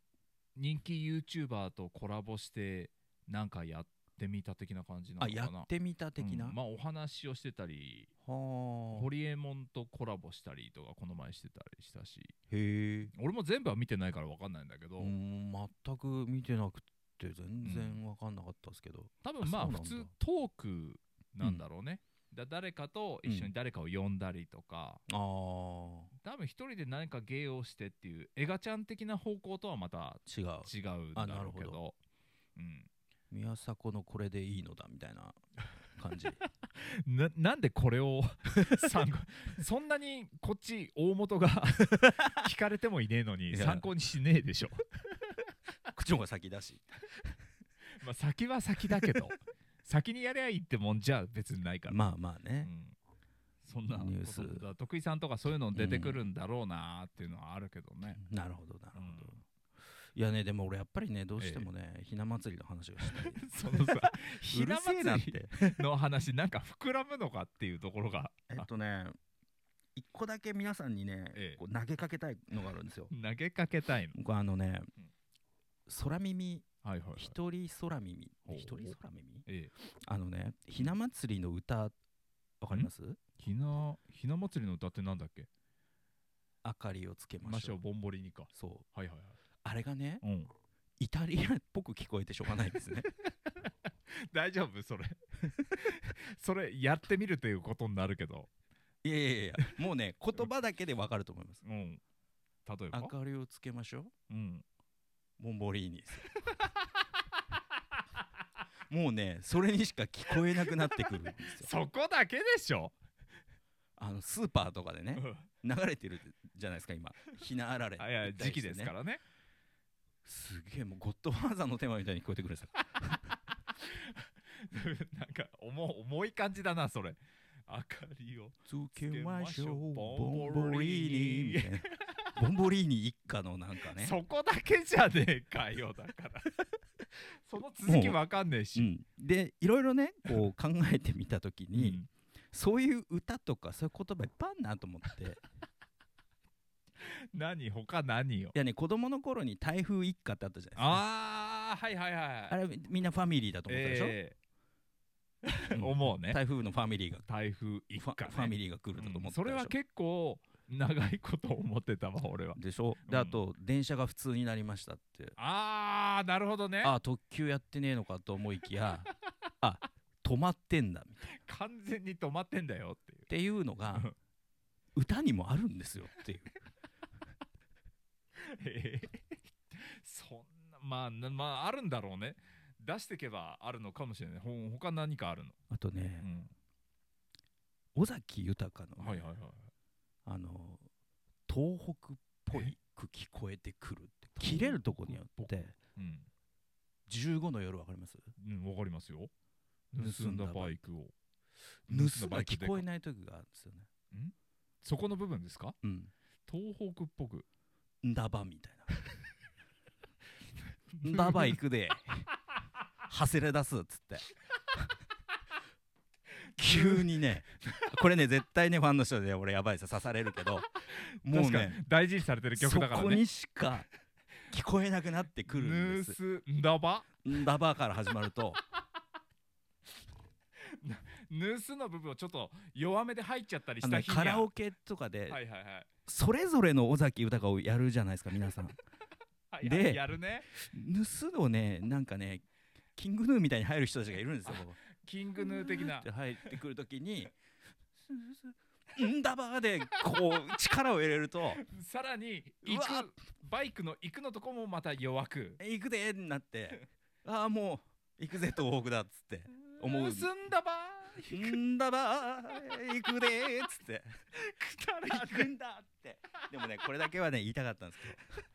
Speaker 2: 人気 YouTuber とコラボしてなんかやってみた的な感じなの
Speaker 1: あ
Speaker 2: かな
Speaker 1: やってみた的な、
Speaker 2: うんまあお話をしてたり
Speaker 1: は
Speaker 2: ホ
Speaker 1: あ
Speaker 2: リエモンとコラボしたりとかこの前してたりしたし
Speaker 1: へえ
Speaker 2: 俺も全部は見てないから分かんないんだけど、
Speaker 1: うん全く見てなくて全然わかんなかったですけど、
Speaker 2: 多分まあ
Speaker 1: あそうな
Speaker 2: 普
Speaker 1: んだ
Speaker 2: 通トークなんだろうね、だ誰かと一緒に誰かを呼んだりとか、
Speaker 1: あ
Speaker 2: 多分一人で何か芸をしてっていうエガちゃん的な方向とはまた
Speaker 1: あ違う
Speaker 2: 違うんだろうけ
Speaker 1: あな
Speaker 2: ど
Speaker 1: るほ
Speaker 2: うん、
Speaker 1: 宮迫のこれでいいのだみたいな感 じ
Speaker 2: ななんでこれ を参考そんなにこっち大元 が聞かれてもいねえの
Speaker 1: い
Speaker 2: に
Speaker 1: や
Speaker 2: 参考にしねえでしょ
Speaker 1: 口の方が先だし
Speaker 2: まあ先は先だ けど先にやりゃいいってもんじゃ別にないから、
Speaker 1: まあまあ
Speaker 2: う
Speaker 1: ね、
Speaker 2: ん、そんな
Speaker 1: ニュース
Speaker 2: ことだ徳井さんとかそういうの出てくるんだろうなーっていうのはあるけどね、
Speaker 1: なるほどなるほど、
Speaker 2: うん
Speaker 1: いやねでも俺やっぱりねどうしてもね、ひな祭りの話をしたい
Speaker 2: そのさ ひ
Speaker 1: うる
Speaker 2: な
Speaker 1: せえなっ
Speaker 2: 祭り
Speaker 1: て
Speaker 2: の話なんか膨らむのかっていうところが
Speaker 1: えっとね一個だけ皆さんにね、
Speaker 2: ええ
Speaker 1: こう投げかけたいのがあるんですよ
Speaker 2: 投げかけたいの
Speaker 1: 僕あのね、
Speaker 2: うん
Speaker 1: 空耳
Speaker 2: はいはい、はい
Speaker 1: 一人空耳
Speaker 2: ほう
Speaker 1: 一人空耳
Speaker 2: ええ、
Speaker 1: あのねひな祭りの歌わかります
Speaker 2: ひなひな祭りの歌ってなんだっけ
Speaker 1: 明かりをつけま
Speaker 2: ま
Speaker 1: し
Speaker 2: し
Speaker 1: ょ
Speaker 2: ょ
Speaker 1: う
Speaker 2: うぼんぼりにか
Speaker 1: そう
Speaker 2: はいはい
Speaker 1: あれがね
Speaker 2: はい、うん、
Speaker 1: イタリアっぽく聞こえてしょうがないですね
Speaker 2: 大丈夫それ それやってみるということになるけど、
Speaker 1: いやいやいやもうね言葉だけでわかると思います
Speaker 2: うん、例えば
Speaker 1: 明かりをつけましょう
Speaker 2: うん、
Speaker 1: ボンボリーニですよ もうねそれにしか聞こえなくなってくるん ですよ
Speaker 2: そこだけでしょ、
Speaker 1: あのスーパーとかで
Speaker 2: う
Speaker 1: ね
Speaker 2: ん
Speaker 1: 流れてるじゃないですか今ひなあられ
Speaker 2: あいや時期ですかららね
Speaker 1: すげえもうゴッドファーザーのテーマみたいに聞こえてくるんですよ
Speaker 2: なんか重重い感じだなそれ明かりを
Speaker 1: つけましょうボ
Speaker 2: ボ
Speaker 1: ン
Speaker 2: ン
Speaker 1: ボ
Speaker 2: ボ
Speaker 1: リーニ
Speaker 2: リーニ
Speaker 1: みたいな ボンボリーニ一家のなんかね
Speaker 2: そこだけじゃねえかよだから その続きわかんねえ
Speaker 1: う
Speaker 2: し、
Speaker 1: ん、でいろいろね こう考えてみた時
Speaker 2: う
Speaker 1: に、
Speaker 2: ん
Speaker 1: そういう歌とかそういう言葉いっぱいあんなと思 ってい
Speaker 2: 何他何よ
Speaker 1: やね子供の頃に台風一家ってあったじゃないですか
Speaker 2: ああはいはいはい
Speaker 1: あれみんなファミリーだと思ったでしょ、
Speaker 2: ええ
Speaker 1: うん
Speaker 2: 思うね
Speaker 1: 台風のファミリーが
Speaker 2: 台風一
Speaker 1: フ
Speaker 2: 過、
Speaker 1: ァ,、
Speaker 2: ね、
Speaker 1: ファミリーが来るんだと思っ
Speaker 2: う
Speaker 1: てた
Speaker 2: んそ
Speaker 1: で
Speaker 2: れ
Speaker 1: しょ、
Speaker 2: は結構長いこと思ってたわ俺は
Speaker 1: でしょで
Speaker 2: うん
Speaker 1: あと、電車が普通になりましたって
Speaker 2: あーなるほどね
Speaker 1: ああ特急やってねえのかと思いき やあ止まってんだっ
Speaker 2: 完全に止まってんだよっていう
Speaker 1: ていうのが
Speaker 2: うん
Speaker 1: 歌にもあるんですよっていう
Speaker 2: ええそんなまあなまああるんだろうね出してけばあるのかもしれないほ他何かあるの、
Speaker 1: あと
Speaker 2: う
Speaker 1: ね
Speaker 2: ん、
Speaker 1: 尾崎豊の、
Speaker 2: はいはいはい
Speaker 1: あの東北っぽいく聞こえてくるって切れるとこによって
Speaker 2: うん、
Speaker 1: 15の夜わかります
Speaker 2: うん、わかりますよ
Speaker 1: 盗
Speaker 2: 盗
Speaker 1: ん
Speaker 2: ん
Speaker 1: だ
Speaker 2: だ
Speaker 1: バ
Speaker 2: バ
Speaker 1: イ
Speaker 2: イクを
Speaker 1: 盗む聞こえ
Speaker 2: い
Speaker 1: ない時があるんですよね
Speaker 2: そこの部分ですか
Speaker 1: うん
Speaker 2: 東北っぽく
Speaker 1: んだばみたいなん だば行くではせれ出すっつって急にね これね絶対ねファンの人で俺やばいさ刺されるけどもう
Speaker 2: 確かに
Speaker 1: ね
Speaker 2: 大事にされてる曲だから
Speaker 1: そこ
Speaker 2: ね
Speaker 1: にしか聞こえなくなってくるんです
Speaker 2: 盗んだば
Speaker 1: んだばから始まると
Speaker 2: 盗の部分をちょっと弱めで入っちゃったり
Speaker 1: あ
Speaker 2: し
Speaker 1: の
Speaker 2: た
Speaker 1: ね
Speaker 2: 日には
Speaker 1: カラオケとかで
Speaker 2: はいはいはい
Speaker 1: それぞれの尾崎豊をやるじゃないですか皆さん
Speaker 2: はい
Speaker 1: で
Speaker 2: はいやるね
Speaker 1: 盗のねなんかねキングヌーみたいに入る人たちがいるんですよここ
Speaker 2: キングヌー的な
Speaker 1: で入ってくるときに「んだば」でこう力を入れると
Speaker 2: さらに
Speaker 1: う
Speaker 2: 行
Speaker 1: わ
Speaker 2: くバイクの行くのとこもまた弱く
Speaker 1: 「行くで」になって「ああもう行くぜ東北だ」っつって思う
Speaker 2: 盗んだば
Speaker 1: 「んだば行くで」っつって
Speaker 2: くだ
Speaker 1: 「行
Speaker 2: ら
Speaker 1: くんだ」ってでもねこれだけはね言いたかったんですけど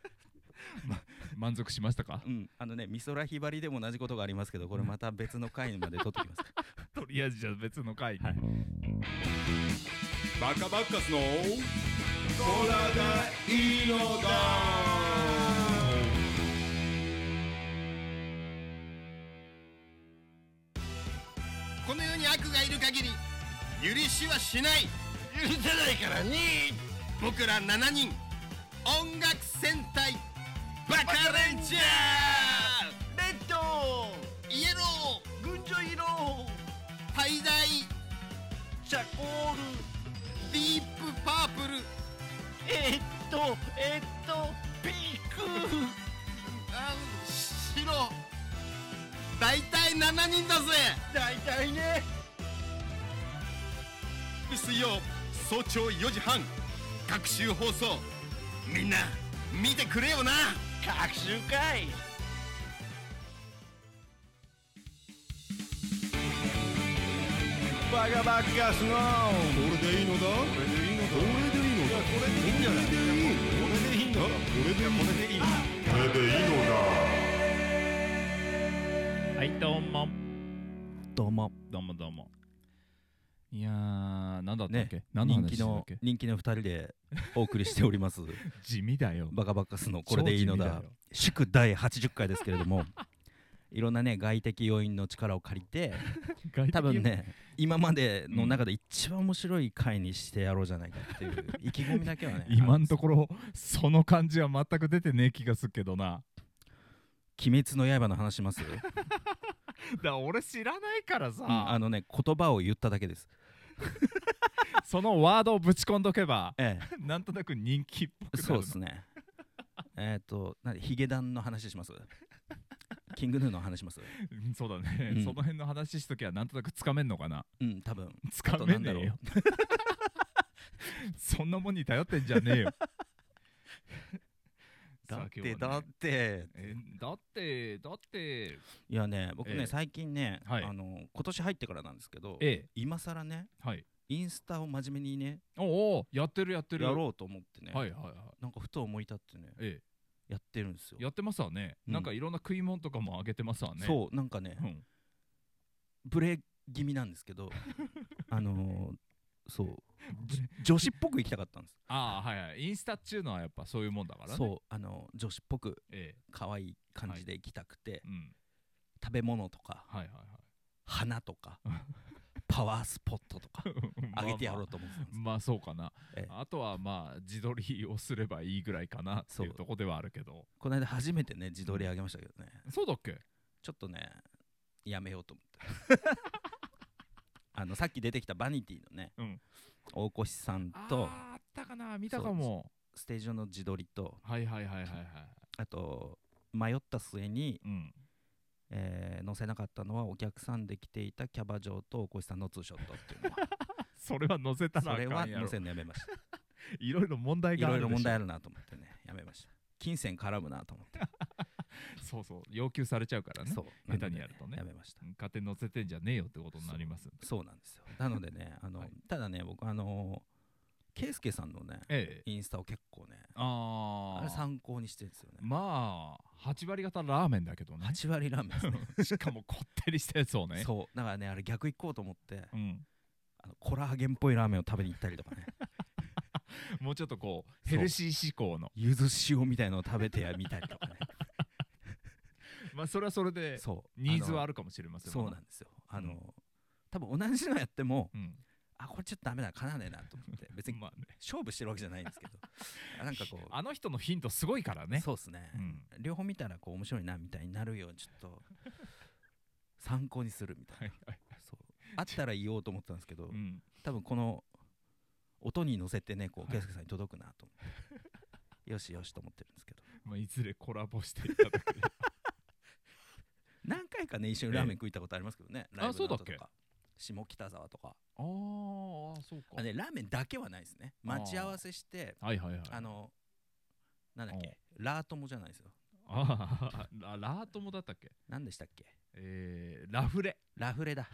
Speaker 2: 満足しましたか
Speaker 1: うん、あのね美空ひばりでも同じことがありますけどこれまた別の回まで撮ってきます
Speaker 2: とりあえずじゃあ別の回に、
Speaker 1: はい
Speaker 3: バカバッカスのトラがいいのだ
Speaker 4: この世に悪がいる限り許しはしない許せないからね僕ら7人音楽戦隊バカレンジャーレッドイエロー群青色滞在チャコールディープパープルえっとえっとピークあ白大体7人だぜ大体ね
Speaker 3: 水曜早朝4時半各週放送
Speaker 4: みんな見てくれよな学習会
Speaker 3: バカバッカスのこれでいいのだこれでいいのだこれでいいのだこれでいいんじゃないこれでいいんだこれでいいこれでいいこれでいいのだ
Speaker 2: はいどうも
Speaker 1: どうも
Speaker 2: どうもどうもいやー何だったっけ、何の
Speaker 1: 人
Speaker 2: 話
Speaker 1: 気
Speaker 2: してたっ
Speaker 1: の
Speaker 2: け
Speaker 1: 人気の2人でお送りしております
Speaker 2: 地味だよ
Speaker 1: バカバッカスのこれでいいの
Speaker 2: 超地
Speaker 1: だ
Speaker 2: 味よ
Speaker 1: 祝第80回ですけれど もいろんなね外的要因の力を借り て
Speaker 2: 外的
Speaker 1: 多分ね今までの中で一番面白い回にしてやろうじゃないかっていう意気込みだけはね
Speaker 2: 今
Speaker 1: あるん
Speaker 2: の
Speaker 1: です
Speaker 2: ところその感じは全く出てねえ気がするけどな
Speaker 1: 鬼滅の刃の話します、
Speaker 2: だから俺知らないからさ、
Speaker 1: うんあのね言葉を言っただけです
Speaker 2: そのワードをぶち込んどけば
Speaker 1: え
Speaker 2: なんとなく人気っぽ
Speaker 1: え
Speaker 2: くな
Speaker 1: そう
Speaker 2: る
Speaker 1: ですねえっと何ヒゲダンの話しますキングヌーの話します
Speaker 2: うんそうだね、
Speaker 1: うん
Speaker 2: その辺の話しときはなんとなくつかめんのかな
Speaker 1: うん多分
Speaker 2: つかめねえよそんなもんに頼ってんじゃねえよ
Speaker 1: だ
Speaker 2: さ
Speaker 1: っ
Speaker 2: あ
Speaker 1: て、
Speaker 2: 今日は ね
Speaker 1: だって
Speaker 2: えだってだって
Speaker 1: いやね僕ね、
Speaker 2: ええ
Speaker 1: 最近ね、
Speaker 2: はい
Speaker 1: あの今年入ってからなんですけど、
Speaker 2: え
Speaker 1: 今更ね
Speaker 2: えはい
Speaker 1: インスタを真面目にね
Speaker 2: おうおうやってるやってる
Speaker 1: やろうと思ってね、
Speaker 2: はいはいはい
Speaker 1: なんかふと思い立ってね
Speaker 2: え
Speaker 1: やってるんですよ
Speaker 2: え、やってますわね、
Speaker 1: うん
Speaker 2: なんかいろんな食い物とかもあげてますわね
Speaker 1: そうなんかね、
Speaker 2: うん
Speaker 1: ブレ気味なんですけ どあのー、そうじ女子っぽく行きたかったんです
Speaker 2: ああはいはいインスタっちゅうのはやっぱそういうもんだからね
Speaker 1: そうあの女子っぽく
Speaker 2: え
Speaker 1: 可愛い感じで行きたくて、
Speaker 2: えうん
Speaker 1: 食べ物とか
Speaker 2: はいはいは
Speaker 1: 花と かパワースポットとか
Speaker 2: い ま
Speaker 1: あげてやろ
Speaker 2: ま
Speaker 1: うと思ってたんです、
Speaker 2: まあそうかな、
Speaker 1: ええ
Speaker 2: あとはまあ自撮りをすればいいぐらいかなっていう
Speaker 1: そう
Speaker 2: とこではあるけど
Speaker 1: この間初めてね自撮りあげましたけどね
Speaker 2: そうだっけ
Speaker 1: ちょっとねやめようと思って あのさっき出てきたバニティのね、
Speaker 2: うん
Speaker 1: 大越さん
Speaker 2: あ
Speaker 1: と
Speaker 2: ーあったかな見たかも
Speaker 1: ステージ上の自撮りと
Speaker 2: はいはいはいはいはい
Speaker 1: あと迷った末に、
Speaker 2: うん
Speaker 1: えー載せなかったのはお客さんで来ていたキャバ嬢と大越さんのツーショットっていうの は
Speaker 2: それは載せたら
Speaker 1: そ
Speaker 2: あか
Speaker 1: れは
Speaker 2: んや
Speaker 1: 載
Speaker 2: ろ
Speaker 1: せるのやめました
Speaker 2: いろいろ問題
Speaker 1: い
Speaker 2: があ
Speaker 1: ろい
Speaker 2: る
Speaker 1: ろ
Speaker 2: でしょ
Speaker 1: 問題あるなと思ってねやめました金銭絡むなと思って、
Speaker 2: そうそう要求されちゃうからね
Speaker 1: そう
Speaker 2: 下手にやるとね
Speaker 1: なのでやめました
Speaker 2: うん勝手に載せてんじゃねえよってことになりますんで
Speaker 1: そうなんですよなので ねあの、
Speaker 2: はい
Speaker 1: ただね僕あのケイスケさんのね
Speaker 2: ええ
Speaker 1: インスタを結構ね
Speaker 2: あ
Speaker 1: あれ
Speaker 2: あ
Speaker 1: 参考にしてるんですよね
Speaker 2: まあ8割方ラーメンだけどね
Speaker 1: 8割ラーメンですね
Speaker 2: しかもこってりしたやつを ね
Speaker 1: そうだからねあれ逆行こうと思って
Speaker 2: うん、
Speaker 1: あのコラーゲンっぽいラーメンを食べに行ったりとか ね
Speaker 2: もうちょっとこう
Speaker 1: そう
Speaker 2: ヘルシー志向の
Speaker 1: ゆず塩みたいのを食べてみたりとか ね
Speaker 2: まあそれはそれで
Speaker 1: そう
Speaker 2: ニーズはあ
Speaker 1: る
Speaker 2: るかもしれません
Speaker 1: そうなん
Speaker 2: だ、
Speaker 1: ですよあの、多分同じのやっても
Speaker 2: うん
Speaker 1: あこれちょっとダメだかなわねえなと思って別に
Speaker 2: まあね、
Speaker 1: 勝負してるわけじゃないんですけどあなんかこ う
Speaker 2: あの人のヒントすごいからね
Speaker 1: そうっすね、
Speaker 2: うん、
Speaker 1: 両方見たらこう面白いなみたいになるようにちょっ と参考にするみたい
Speaker 2: はいはい、
Speaker 1: なそうあったら言おうと思ったんですけど
Speaker 2: うん、
Speaker 1: 多分この音に乗せてねこう
Speaker 2: は
Speaker 1: 圭
Speaker 2: い
Speaker 1: 介さんに届くなと思ってよしよしと思ってるんですけど
Speaker 2: まあいずれコラボしていただければ
Speaker 1: 何回かね一緒にラーメン食いたことありますけどね、ライブの後とか下北沢とか
Speaker 2: あーあそうか
Speaker 1: あ、ね、ラーメンだけはないですね
Speaker 2: あー
Speaker 1: 待ち合わせして
Speaker 2: はいはいはい
Speaker 1: あのなんだっけラー友じゃないですよ
Speaker 2: あー ララートモだったっけ
Speaker 1: 何でしたっけ
Speaker 2: えー、ラフレ
Speaker 1: ラフレ だ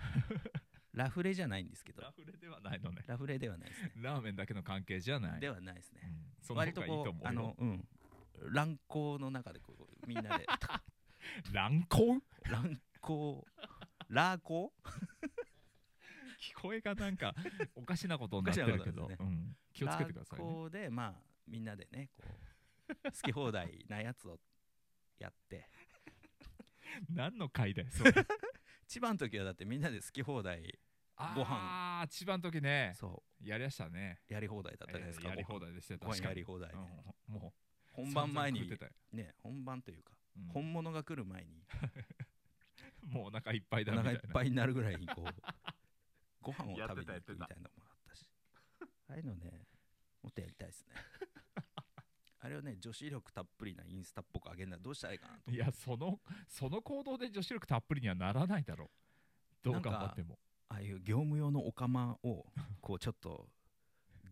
Speaker 1: ラフレじゃないんですけど
Speaker 2: ラフレではないのね
Speaker 1: ラフレではないですね
Speaker 2: ラーメンだけの関係じゃない
Speaker 1: ではないですね
Speaker 2: うんその方
Speaker 1: 割と
Speaker 2: がいいと
Speaker 1: こ
Speaker 2: 思
Speaker 1: うあ
Speaker 2: うよ
Speaker 1: のうん乱行の中でこうみんな で
Speaker 2: 乱 婚
Speaker 1: 乱行ラーコ
Speaker 2: 聞こえがなんかおかしなことになってるけど、
Speaker 1: おかしなことです
Speaker 2: うん気をつけてください、
Speaker 1: ラー
Speaker 2: ね、
Speaker 1: コでまあみんなでねこう好き放題なやつをやって
Speaker 2: 何の回だよ それ
Speaker 1: 千葉の時はだってみんなで好き放題ご飯
Speaker 2: ああ千葉の時ね
Speaker 1: そ
Speaker 2: やりやしたね
Speaker 1: うやり放題だったじゃないですか
Speaker 2: やり
Speaker 1: ご飯
Speaker 2: 放題でしてた
Speaker 1: ご飯やり
Speaker 2: 放
Speaker 1: 放題で
Speaker 2: もう
Speaker 1: 本番前
Speaker 2: 散
Speaker 1: に
Speaker 2: 々食ってたよ
Speaker 1: ね本番というか
Speaker 2: うん
Speaker 1: 本物が来る前に
Speaker 2: もうお腹いっぱい
Speaker 1: お
Speaker 2: だみたいな
Speaker 1: 腹いっぱいになるぐらいにこう ご飯を食べに
Speaker 2: やっ
Speaker 1: 行
Speaker 2: てた
Speaker 1: くみたいなのもあったしああいうのねもっとやりたいです ねあれをね女子力たっぷりなインスタっぽく上げるのはどうしたらいいかなと
Speaker 2: いやそのその行動で女子力たっぷりにはならないだろうどう頑張っても
Speaker 1: ああいう業務用のお釜をこうちょっと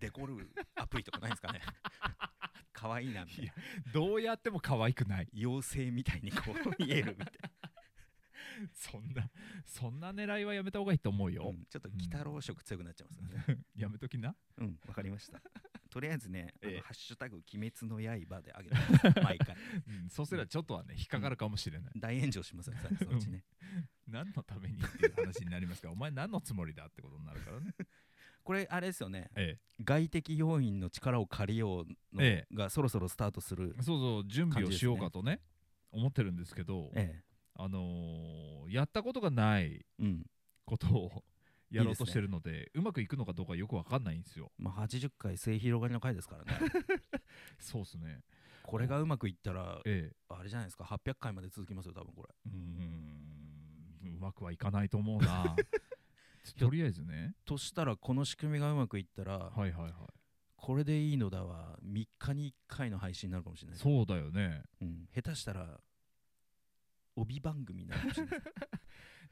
Speaker 1: デコるアプリとかないです かね可愛いなみたい
Speaker 2: い
Speaker 1: な
Speaker 2: やどうやっても可愛くない
Speaker 1: 妖精みたいにこう見えるみたい
Speaker 2: そんなそんな狙いはやめた方がいいと思う
Speaker 1: な、
Speaker 2: よ、
Speaker 1: うんちょっと鬼太郎色強くなっちゃいますからね
Speaker 2: やめときな
Speaker 1: うん、わかりました。とりあえずね、あの
Speaker 2: ええ
Speaker 1: ハッシュタグ鬼滅の刃であげて ます、毎回。
Speaker 2: うんそうすればちょっとはね引っかかるかもしれない、
Speaker 1: 大炎上しますよ、 そのうちね。
Speaker 2: 何のためにっていう話になりますからお前何のつもりだってことになるからね
Speaker 1: これ、あれですよね、
Speaker 2: え
Speaker 1: 外的要因の力を借りようの、
Speaker 2: え
Speaker 1: がそろそろスタートする
Speaker 2: え。 そうそう準備をしようかとね思ってるんですけど、
Speaker 1: え
Speaker 2: あのーやったことがない
Speaker 1: え。うん。
Speaker 2: ことをやろうとしてるのでうまくいくのかどうかよくわかんないんですよ
Speaker 1: まあ、80回、末広がりの回ですから ね。
Speaker 2: そうですね
Speaker 1: これがうまくいったら、
Speaker 2: ええ
Speaker 1: あれじゃないですか、800回まで続きますよ、多分これ。
Speaker 2: うーんうまくはいかないと思う なとりあえずね
Speaker 1: としたら、この仕組みがうまくいったら、
Speaker 2: はいはいはい
Speaker 1: これでいいのだは、3日に1回の配信になるかもしれない。
Speaker 2: そうだよね
Speaker 1: うん、下手したら、帯番組になるかもしれ ない。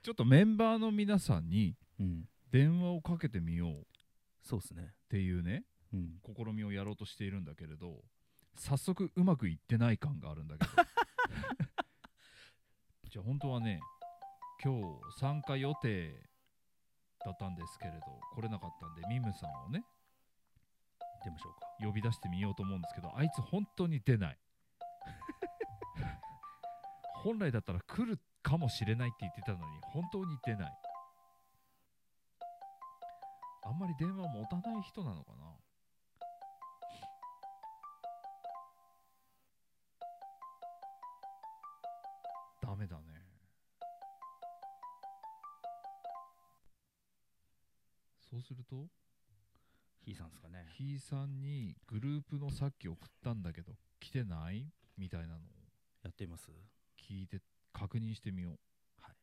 Speaker 2: ちょっとメンバーの皆さんに
Speaker 1: うん
Speaker 2: 電話をかけてみようっ
Speaker 1: そうですね。
Speaker 2: ていうね
Speaker 1: うん。
Speaker 2: 試みをやろうとしているんだけれど早速うまくいってない感があるんだけ どじゃあ本当はね今日参加予定だったんですけれど来れなかったんでミムさんをね
Speaker 1: 出ましょうか。
Speaker 2: 呼び出してみようと思うんですけどあいつ本当に出ない 本来だったら来るかもしれないって言ってたのに本当に出ないあんまり電話を持たない人なのかなダメだねそうすると
Speaker 1: ひいさんですかね。
Speaker 2: ひーさんにグループのさっき送ったんだけど来てないみたいなのを
Speaker 1: やってみます
Speaker 2: 聞いて確認してみよう
Speaker 1: はい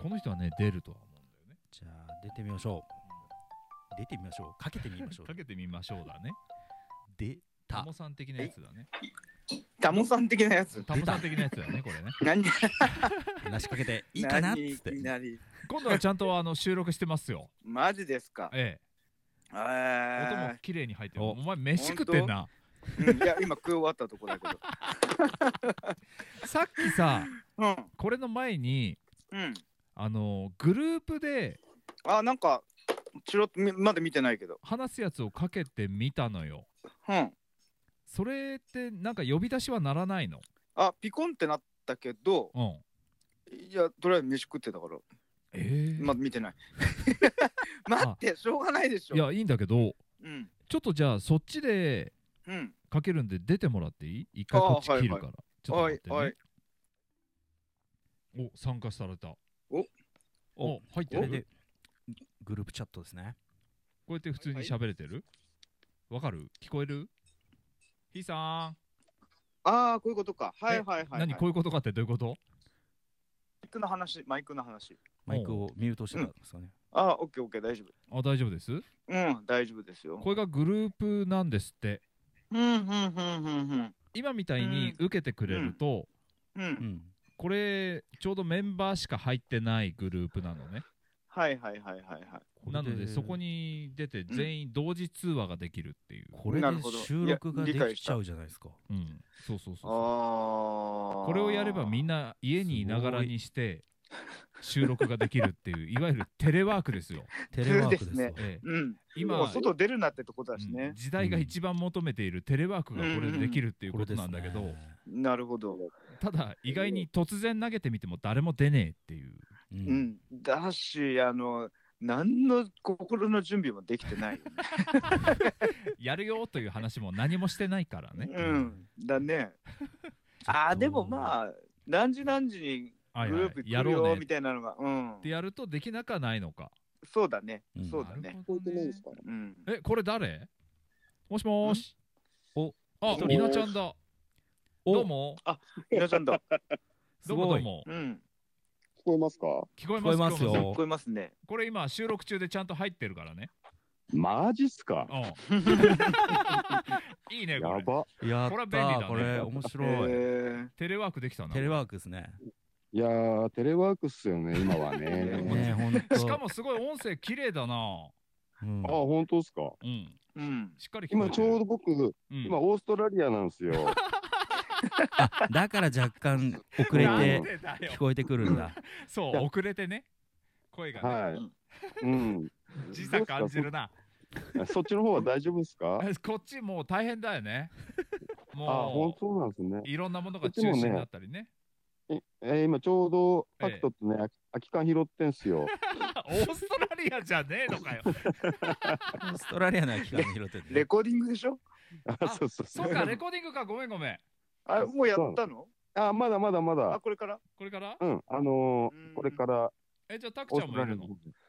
Speaker 2: この人はね出るとは思うんだよね
Speaker 1: じゃあ、出てみましょう。出てみましょう。かけてみましょう。
Speaker 2: かけてみましょうだね
Speaker 1: 出
Speaker 2: タ
Speaker 1: た
Speaker 2: モ。さん的なやつだね
Speaker 5: ダモさん的なやつ
Speaker 2: タモさん的なやつだねこれね
Speaker 5: 何
Speaker 1: 話しかけ ていいかなっ
Speaker 5: 何
Speaker 1: つ
Speaker 5: い
Speaker 1: って
Speaker 5: き。なり
Speaker 2: 今度はちゃんとあの収録してますよ
Speaker 5: マジですか
Speaker 2: え
Speaker 5: え
Speaker 2: え音も
Speaker 5: ー
Speaker 2: 綺麗に入ってる
Speaker 1: お
Speaker 2: お前飯食ってんな
Speaker 5: うんいや今食い終わったとこだけど
Speaker 2: さっきさ
Speaker 5: うん
Speaker 2: これの前に
Speaker 5: うん
Speaker 2: あのグループで
Speaker 5: あなんかチロッとみまだ見てないけど
Speaker 2: 話すやつをかけてみたのよ
Speaker 5: うん
Speaker 2: それってなんか呼び出しはならないの
Speaker 5: あピコンってなったけど
Speaker 2: うん
Speaker 5: いやとりあえず飯食ってたから
Speaker 2: ええ
Speaker 5: まだ見 てない待ってしょうがないでしょ
Speaker 2: いやいいんだけど
Speaker 5: うん
Speaker 2: ちょっとじゃあそっちで
Speaker 5: うん
Speaker 2: かけるんで出てもらっていい一回こっち
Speaker 5: あーはい
Speaker 2: 切るから、ちょっと
Speaker 5: は
Speaker 2: 待っ
Speaker 5: い
Speaker 2: てね、
Speaker 5: はい
Speaker 2: お参加されたお
Speaker 1: お、
Speaker 2: 入って
Speaker 1: これ
Speaker 2: る
Speaker 1: でグループチャットですね。
Speaker 2: こうやって普通に喋れてるわかる聞こえるひーさーん、
Speaker 5: ああこういうことかはいはいはい、はい、
Speaker 2: 何こういうことかってどういうこと
Speaker 5: マイクの話マイクの話
Speaker 1: マイクをミュートしてたんですかね。
Speaker 5: ああオッケーオッケー大丈夫
Speaker 2: あ大丈夫です
Speaker 5: うん大丈夫ですよ
Speaker 2: これがグループなんですって
Speaker 5: うんうんうんうんうん
Speaker 2: 今みたいに受けてくれると、
Speaker 1: う
Speaker 5: う
Speaker 1: んん。
Speaker 2: これちょうどメンバーしか入ってないグループなのね
Speaker 5: はいはいはいはいはい
Speaker 1: これ
Speaker 2: なのでそこ。に出て全員同時通話ができるっていう、
Speaker 1: これで
Speaker 5: なるほど
Speaker 1: 収録が
Speaker 5: いや
Speaker 1: で
Speaker 5: 理解
Speaker 1: きちゃうじゃない ですか。
Speaker 2: うん、そうそうそうそう
Speaker 5: ああ
Speaker 2: これをやればみん
Speaker 5: な
Speaker 2: な家にいながらにして収録ができるっていう、いわゆるテレワークです よ。
Speaker 1: テレワークです
Speaker 5: そうです
Speaker 1: よ
Speaker 5: ね。
Speaker 2: ええ
Speaker 5: うん。
Speaker 2: 今
Speaker 5: もう外出るなってとこだし
Speaker 2: うん
Speaker 5: ね。
Speaker 2: 時代が一番求めているテレワークがこれでできるっていう
Speaker 1: こ
Speaker 2: こ
Speaker 1: れ
Speaker 2: と
Speaker 1: です
Speaker 2: なんだけど、
Speaker 1: ね
Speaker 5: なるほど。
Speaker 2: ただ意外に突然投げてみても誰も出ねえっていう。
Speaker 1: う
Speaker 5: うんん。だし、あの、何の心の準備もできてないよね。
Speaker 2: やるよという話も何もしてないから ね。
Speaker 5: うん。だね。ああ、でも
Speaker 1: あ
Speaker 5: まあ、何時何時に
Speaker 2: はい
Speaker 5: グ
Speaker 2: は
Speaker 5: ル
Speaker 2: い
Speaker 5: ープ
Speaker 2: や
Speaker 5: 行く
Speaker 2: ろう
Speaker 5: よ
Speaker 2: ね
Speaker 5: みたいなのが、うん
Speaker 2: って。やるとできなくはないのか。
Speaker 5: そうだね
Speaker 1: うん。
Speaker 5: そうだね。
Speaker 2: なるほどね
Speaker 5: うん。
Speaker 2: え、これ誰もしもーし。
Speaker 1: お
Speaker 2: あ、
Speaker 5: どうも
Speaker 2: りなちゃんだ。どうも。
Speaker 5: 皆さんだ。
Speaker 2: どうもど
Speaker 1: すご
Speaker 2: う
Speaker 1: い
Speaker 2: も。
Speaker 5: うん。
Speaker 6: 聞こえますか
Speaker 2: 聞こ
Speaker 1: 聞
Speaker 2: えま
Speaker 1: こ
Speaker 2: す
Speaker 1: えます。
Speaker 2: 聞こえ
Speaker 5: 聞
Speaker 1: よ
Speaker 5: こえますね。
Speaker 2: これ今収録中でちゃんと入ってるから ね。
Speaker 6: マジっすか
Speaker 2: うんいいね、
Speaker 6: や
Speaker 2: これ。
Speaker 6: ば。
Speaker 1: やっ
Speaker 2: これは便
Speaker 1: た
Speaker 2: 利だね
Speaker 1: ーこれ面
Speaker 5: へ
Speaker 1: 白い
Speaker 5: ー
Speaker 2: テレワークできたな。
Speaker 1: テレワークですね
Speaker 6: いやー、テレワークっすよね、今はね。
Speaker 1: ねほんと
Speaker 2: しかもすごい音声綺麗だな。
Speaker 1: うん
Speaker 6: あ、本当っすか
Speaker 2: うん。
Speaker 5: うん。
Speaker 2: しっかり
Speaker 6: 今ちょう
Speaker 2: ど、
Speaker 6: ど僕、
Speaker 2: うん
Speaker 6: 今オーストラリアなんですよ。
Speaker 1: あだから若干遅れ
Speaker 2: なん
Speaker 1: て
Speaker 2: でだよ
Speaker 1: 聞こえてくるんだ
Speaker 2: そう、遅れてね。声が、ね
Speaker 6: はい。うん。
Speaker 2: 時差感じるな。
Speaker 6: どうっすか。そそっちの方は大丈夫っすか
Speaker 2: あこっちもう大変だよね。
Speaker 6: あ、本
Speaker 2: も
Speaker 6: 当なんですね
Speaker 2: う、いろんなものが中止になったりね。
Speaker 6: い。えー今ちょうど、
Speaker 2: ええ
Speaker 6: パクトってね、空き空き缶拾ってんすよ。
Speaker 2: オーストラリアじゃねえのかよ。
Speaker 1: オーストラリアの期間拾ってて
Speaker 5: レコーディングでしょ
Speaker 6: あ、そうそう
Speaker 2: そ
Speaker 6: そうう。
Speaker 2: か、レコーディングか、ごめんごめん。
Speaker 5: あれ、もうやったの
Speaker 6: あ、まだまだま
Speaker 5: あ、
Speaker 6: だ。
Speaker 5: これから
Speaker 2: これから
Speaker 6: うん、あの
Speaker 5: う
Speaker 6: ー
Speaker 5: ん
Speaker 6: これから
Speaker 2: え、じゃあ、タク
Speaker 6: オ
Speaker 2: ち
Speaker 6: ー
Speaker 2: ゃ
Speaker 6: ス
Speaker 2: んも
Speaker 6: ト
Speaker 2: い
Speaker 6: ラ
Speaker 2: る
Speaker 6: リアに
Speaker 2: の
Speaker 6: 行くんです。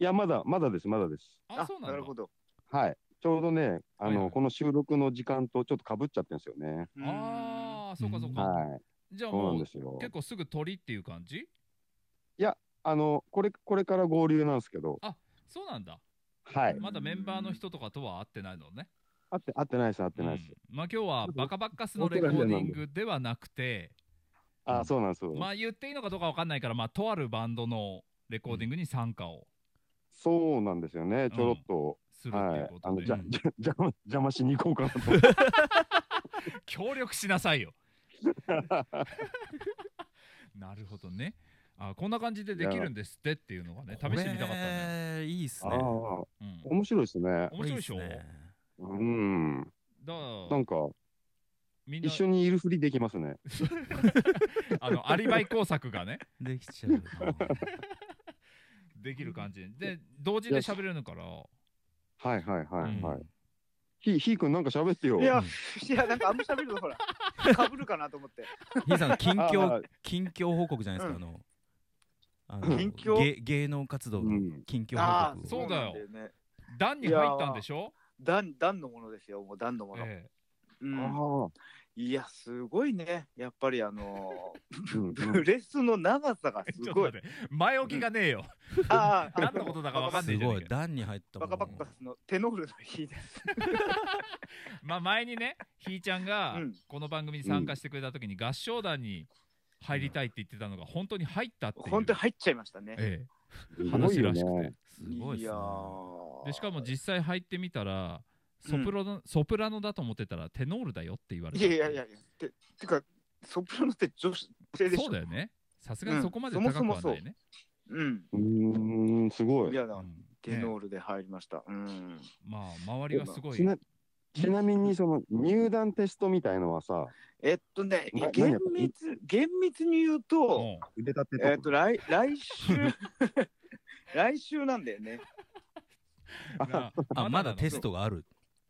Speaker 6: いや、まだ、まだです、まだです。
Speaker 2: あ、そうなんだ。
Speaker 5: るほど。
Speaker 6: はい。ちょうどね、あの、
Speaker 2: はいはい
Speaker 6: この収録の時間とちょっとかぶっちゃってるんですよね。
Speaker 2: ああ、そうかそうか。
Speaker 6: はい。
Speaker 2: じゃあ
Speaker 6: そうな
Speaker 2: も
Speaker 6: ん
Speaker 2: う
Speaker 6: で、すよ。
Speaker 2: 結構すぐ鳥っていう感じ
Speaker 6: あの、これ、これから合流なんですけど、
Speaker 2: そうなんだ。
Speaker 6: はい。
Speaker 2: まだメンバーの人とかとは会ってないのね。
Speaker 6: 合って、合ってないです、合ってないです。
Speaker 2: うんまあ今日はバカバカスのレコーディングではなくて、
Speaker 6: あー、そうなんです。そうなんです
Speaker 2: まあ言っていいのかどうかわかんないから、まあとあるバンドのレコーディングに参加を
Speaker 6: そうなんですよね。ちょろっと、
Speaker 2: するっ
Speaker 6: は
Speaker 2: ていう
Speaker 6: い
Speaker 2: こ。
Speaker 6: あ
Speaker 2: と
Speaker 6: の、
Speaker 2: で、
Speaker 6: じゃ、
Speaker 1: うん
Speaker 6: じゃ、邪魔、邪魔しに行こうかなと思って。
Speaker 2: 協力しなさいよ。 なるほどね。あこんな感じでできるんですってっていうのがね、試してみたかったね。
Speaker 1: ねいいっす
Speaker 6: あ
Speaker 1: ね
Speaker 6: あ、
Speaker 2: うん、
Speaker 6: 面白いですね。
Speaker 2: 面白いでしょ
Speaker 1: これっすね
Speaker 6: うん。
Speaker 2: だか
Speaker 6: な
Speaker 2: ら
Speaker 6: んか、
Speaker 2: みんな
Speaker 6: 一緒にいるふりできますね。
Speaker 2: あのアリバイ工作がね、
Speaker 1: できちゃうな
Speaker 2: できる感じで、同時で喋れるのから、
Speaker 6: はい、はい、はい、は
Speaker 1: う
Speaker 6: い
Speaker 1: ん。
Speaker 6: ひ、ひーくんなんか喋ってよ。
Speaker 5: いや、いや、なんかあんま喋るとほら、かぶるかなと思 って。
Speaker 1: ヒーさん近
Speaker 6: あー
Speaker 1: 況近況報告じゃないですか、
Speaker 5: うん
Speaker 1: あのあの
Speaker 5: 近況
Speaker 1: 芸芸能活動
Speaker 6: う
Speaker 1: の
Speaker 6: ん。
Speaker 1: 近況
Speaker 5: あ
Speaker 1: 報
Speaker 5: あ、
Speaker 1: 告を
Speaker 2: そうだよ
Speaker 5: なんね。
Speaker 2: 段に入ったんでしょ、
Speaker 5: 段、段のものですよ、もう段のもの。
Speaker 2: え
Speaker 5: うん
Speaker 6: あ
Speaker 5: いや、すごいね。やっぱりあの
Speaker 6: あ、うん、
Speaker 5: ー、ブレスの長さが
Speaker 2: え
Speaker 5: す
Speaker 2: ちょっと
Speaker 5: ごい
Speaker 2: 待。って、前置きがねえよ。
Speaker 5: ああ、
Speaker 2: 何のことだかわかんねえ
Speaker 1: す
Speaker 2: じゃね
Speaker 1: ご
Speaker 2: え
Speaker 1: い
Speaker 2: か
Speaker 1: 段に入ったも
Speaker 5: バ
Speaker 1: ん
Speaker 5: カバッカスのテノールの日です。
Speaker 2: まあ前にね、ひーちゃんが
Speaker 5: うん
Speaker 2: この番組に参加してくれたときに合唱団に入りたいって言ってたのが本当に入ったっていう。
Speaker 5: 本当に入っちゃいましたね。
Speaker 2: ええ、
Speaker 6: すごい
Speaker 2: 話
Speaker 6: よ
Speaker 2: らしくて。
Speaker 6: ね。
Speaker 1: すごいっすね
Speaker 5: や
Speaker 2: でしかも実際入ってみたら、ソプラノ、ソプラノだと思ってたらテノールだよって言われ
Speaker 5: い
Speaker 2: た。
Speaker 5: やいやいやいや、ててか、ソプラノって女子性でしょ
Speaker 2: そうだよね。さすがにそこまで
Speaker 5: うん
Speaker 2: 高くは
Speaker 5: そもそも
Speaker 2: な
Speaker 5: そ
Speaker 2: いね。
Speaker 5: うん。
Speaker 6: うーん、すご
Speaker 5: い
Speaker 6: い。
Speaker 5: やだ、
Speaker 2: うん
Speaker 5: テ
Speaker 2: ね
Speaker 5: ノールで入りました。うん。
Speaker 2: まあ周りがすごい
Speaker 6: ち。なちなみにその入団テストみたいのはさ、
Speaker 5: えっとね、
Speaker 6: な
Speaker 5: 厳密、厳密に言うと、
Speaker 2: うん
Speaker 6: 腕立て
Speaker 5: えっと、来、来週、 来週なんだよね。
Speaker 2: ま
Speaker 1: あまだテス
Speaker 2: ト。
Speaker 1: トがある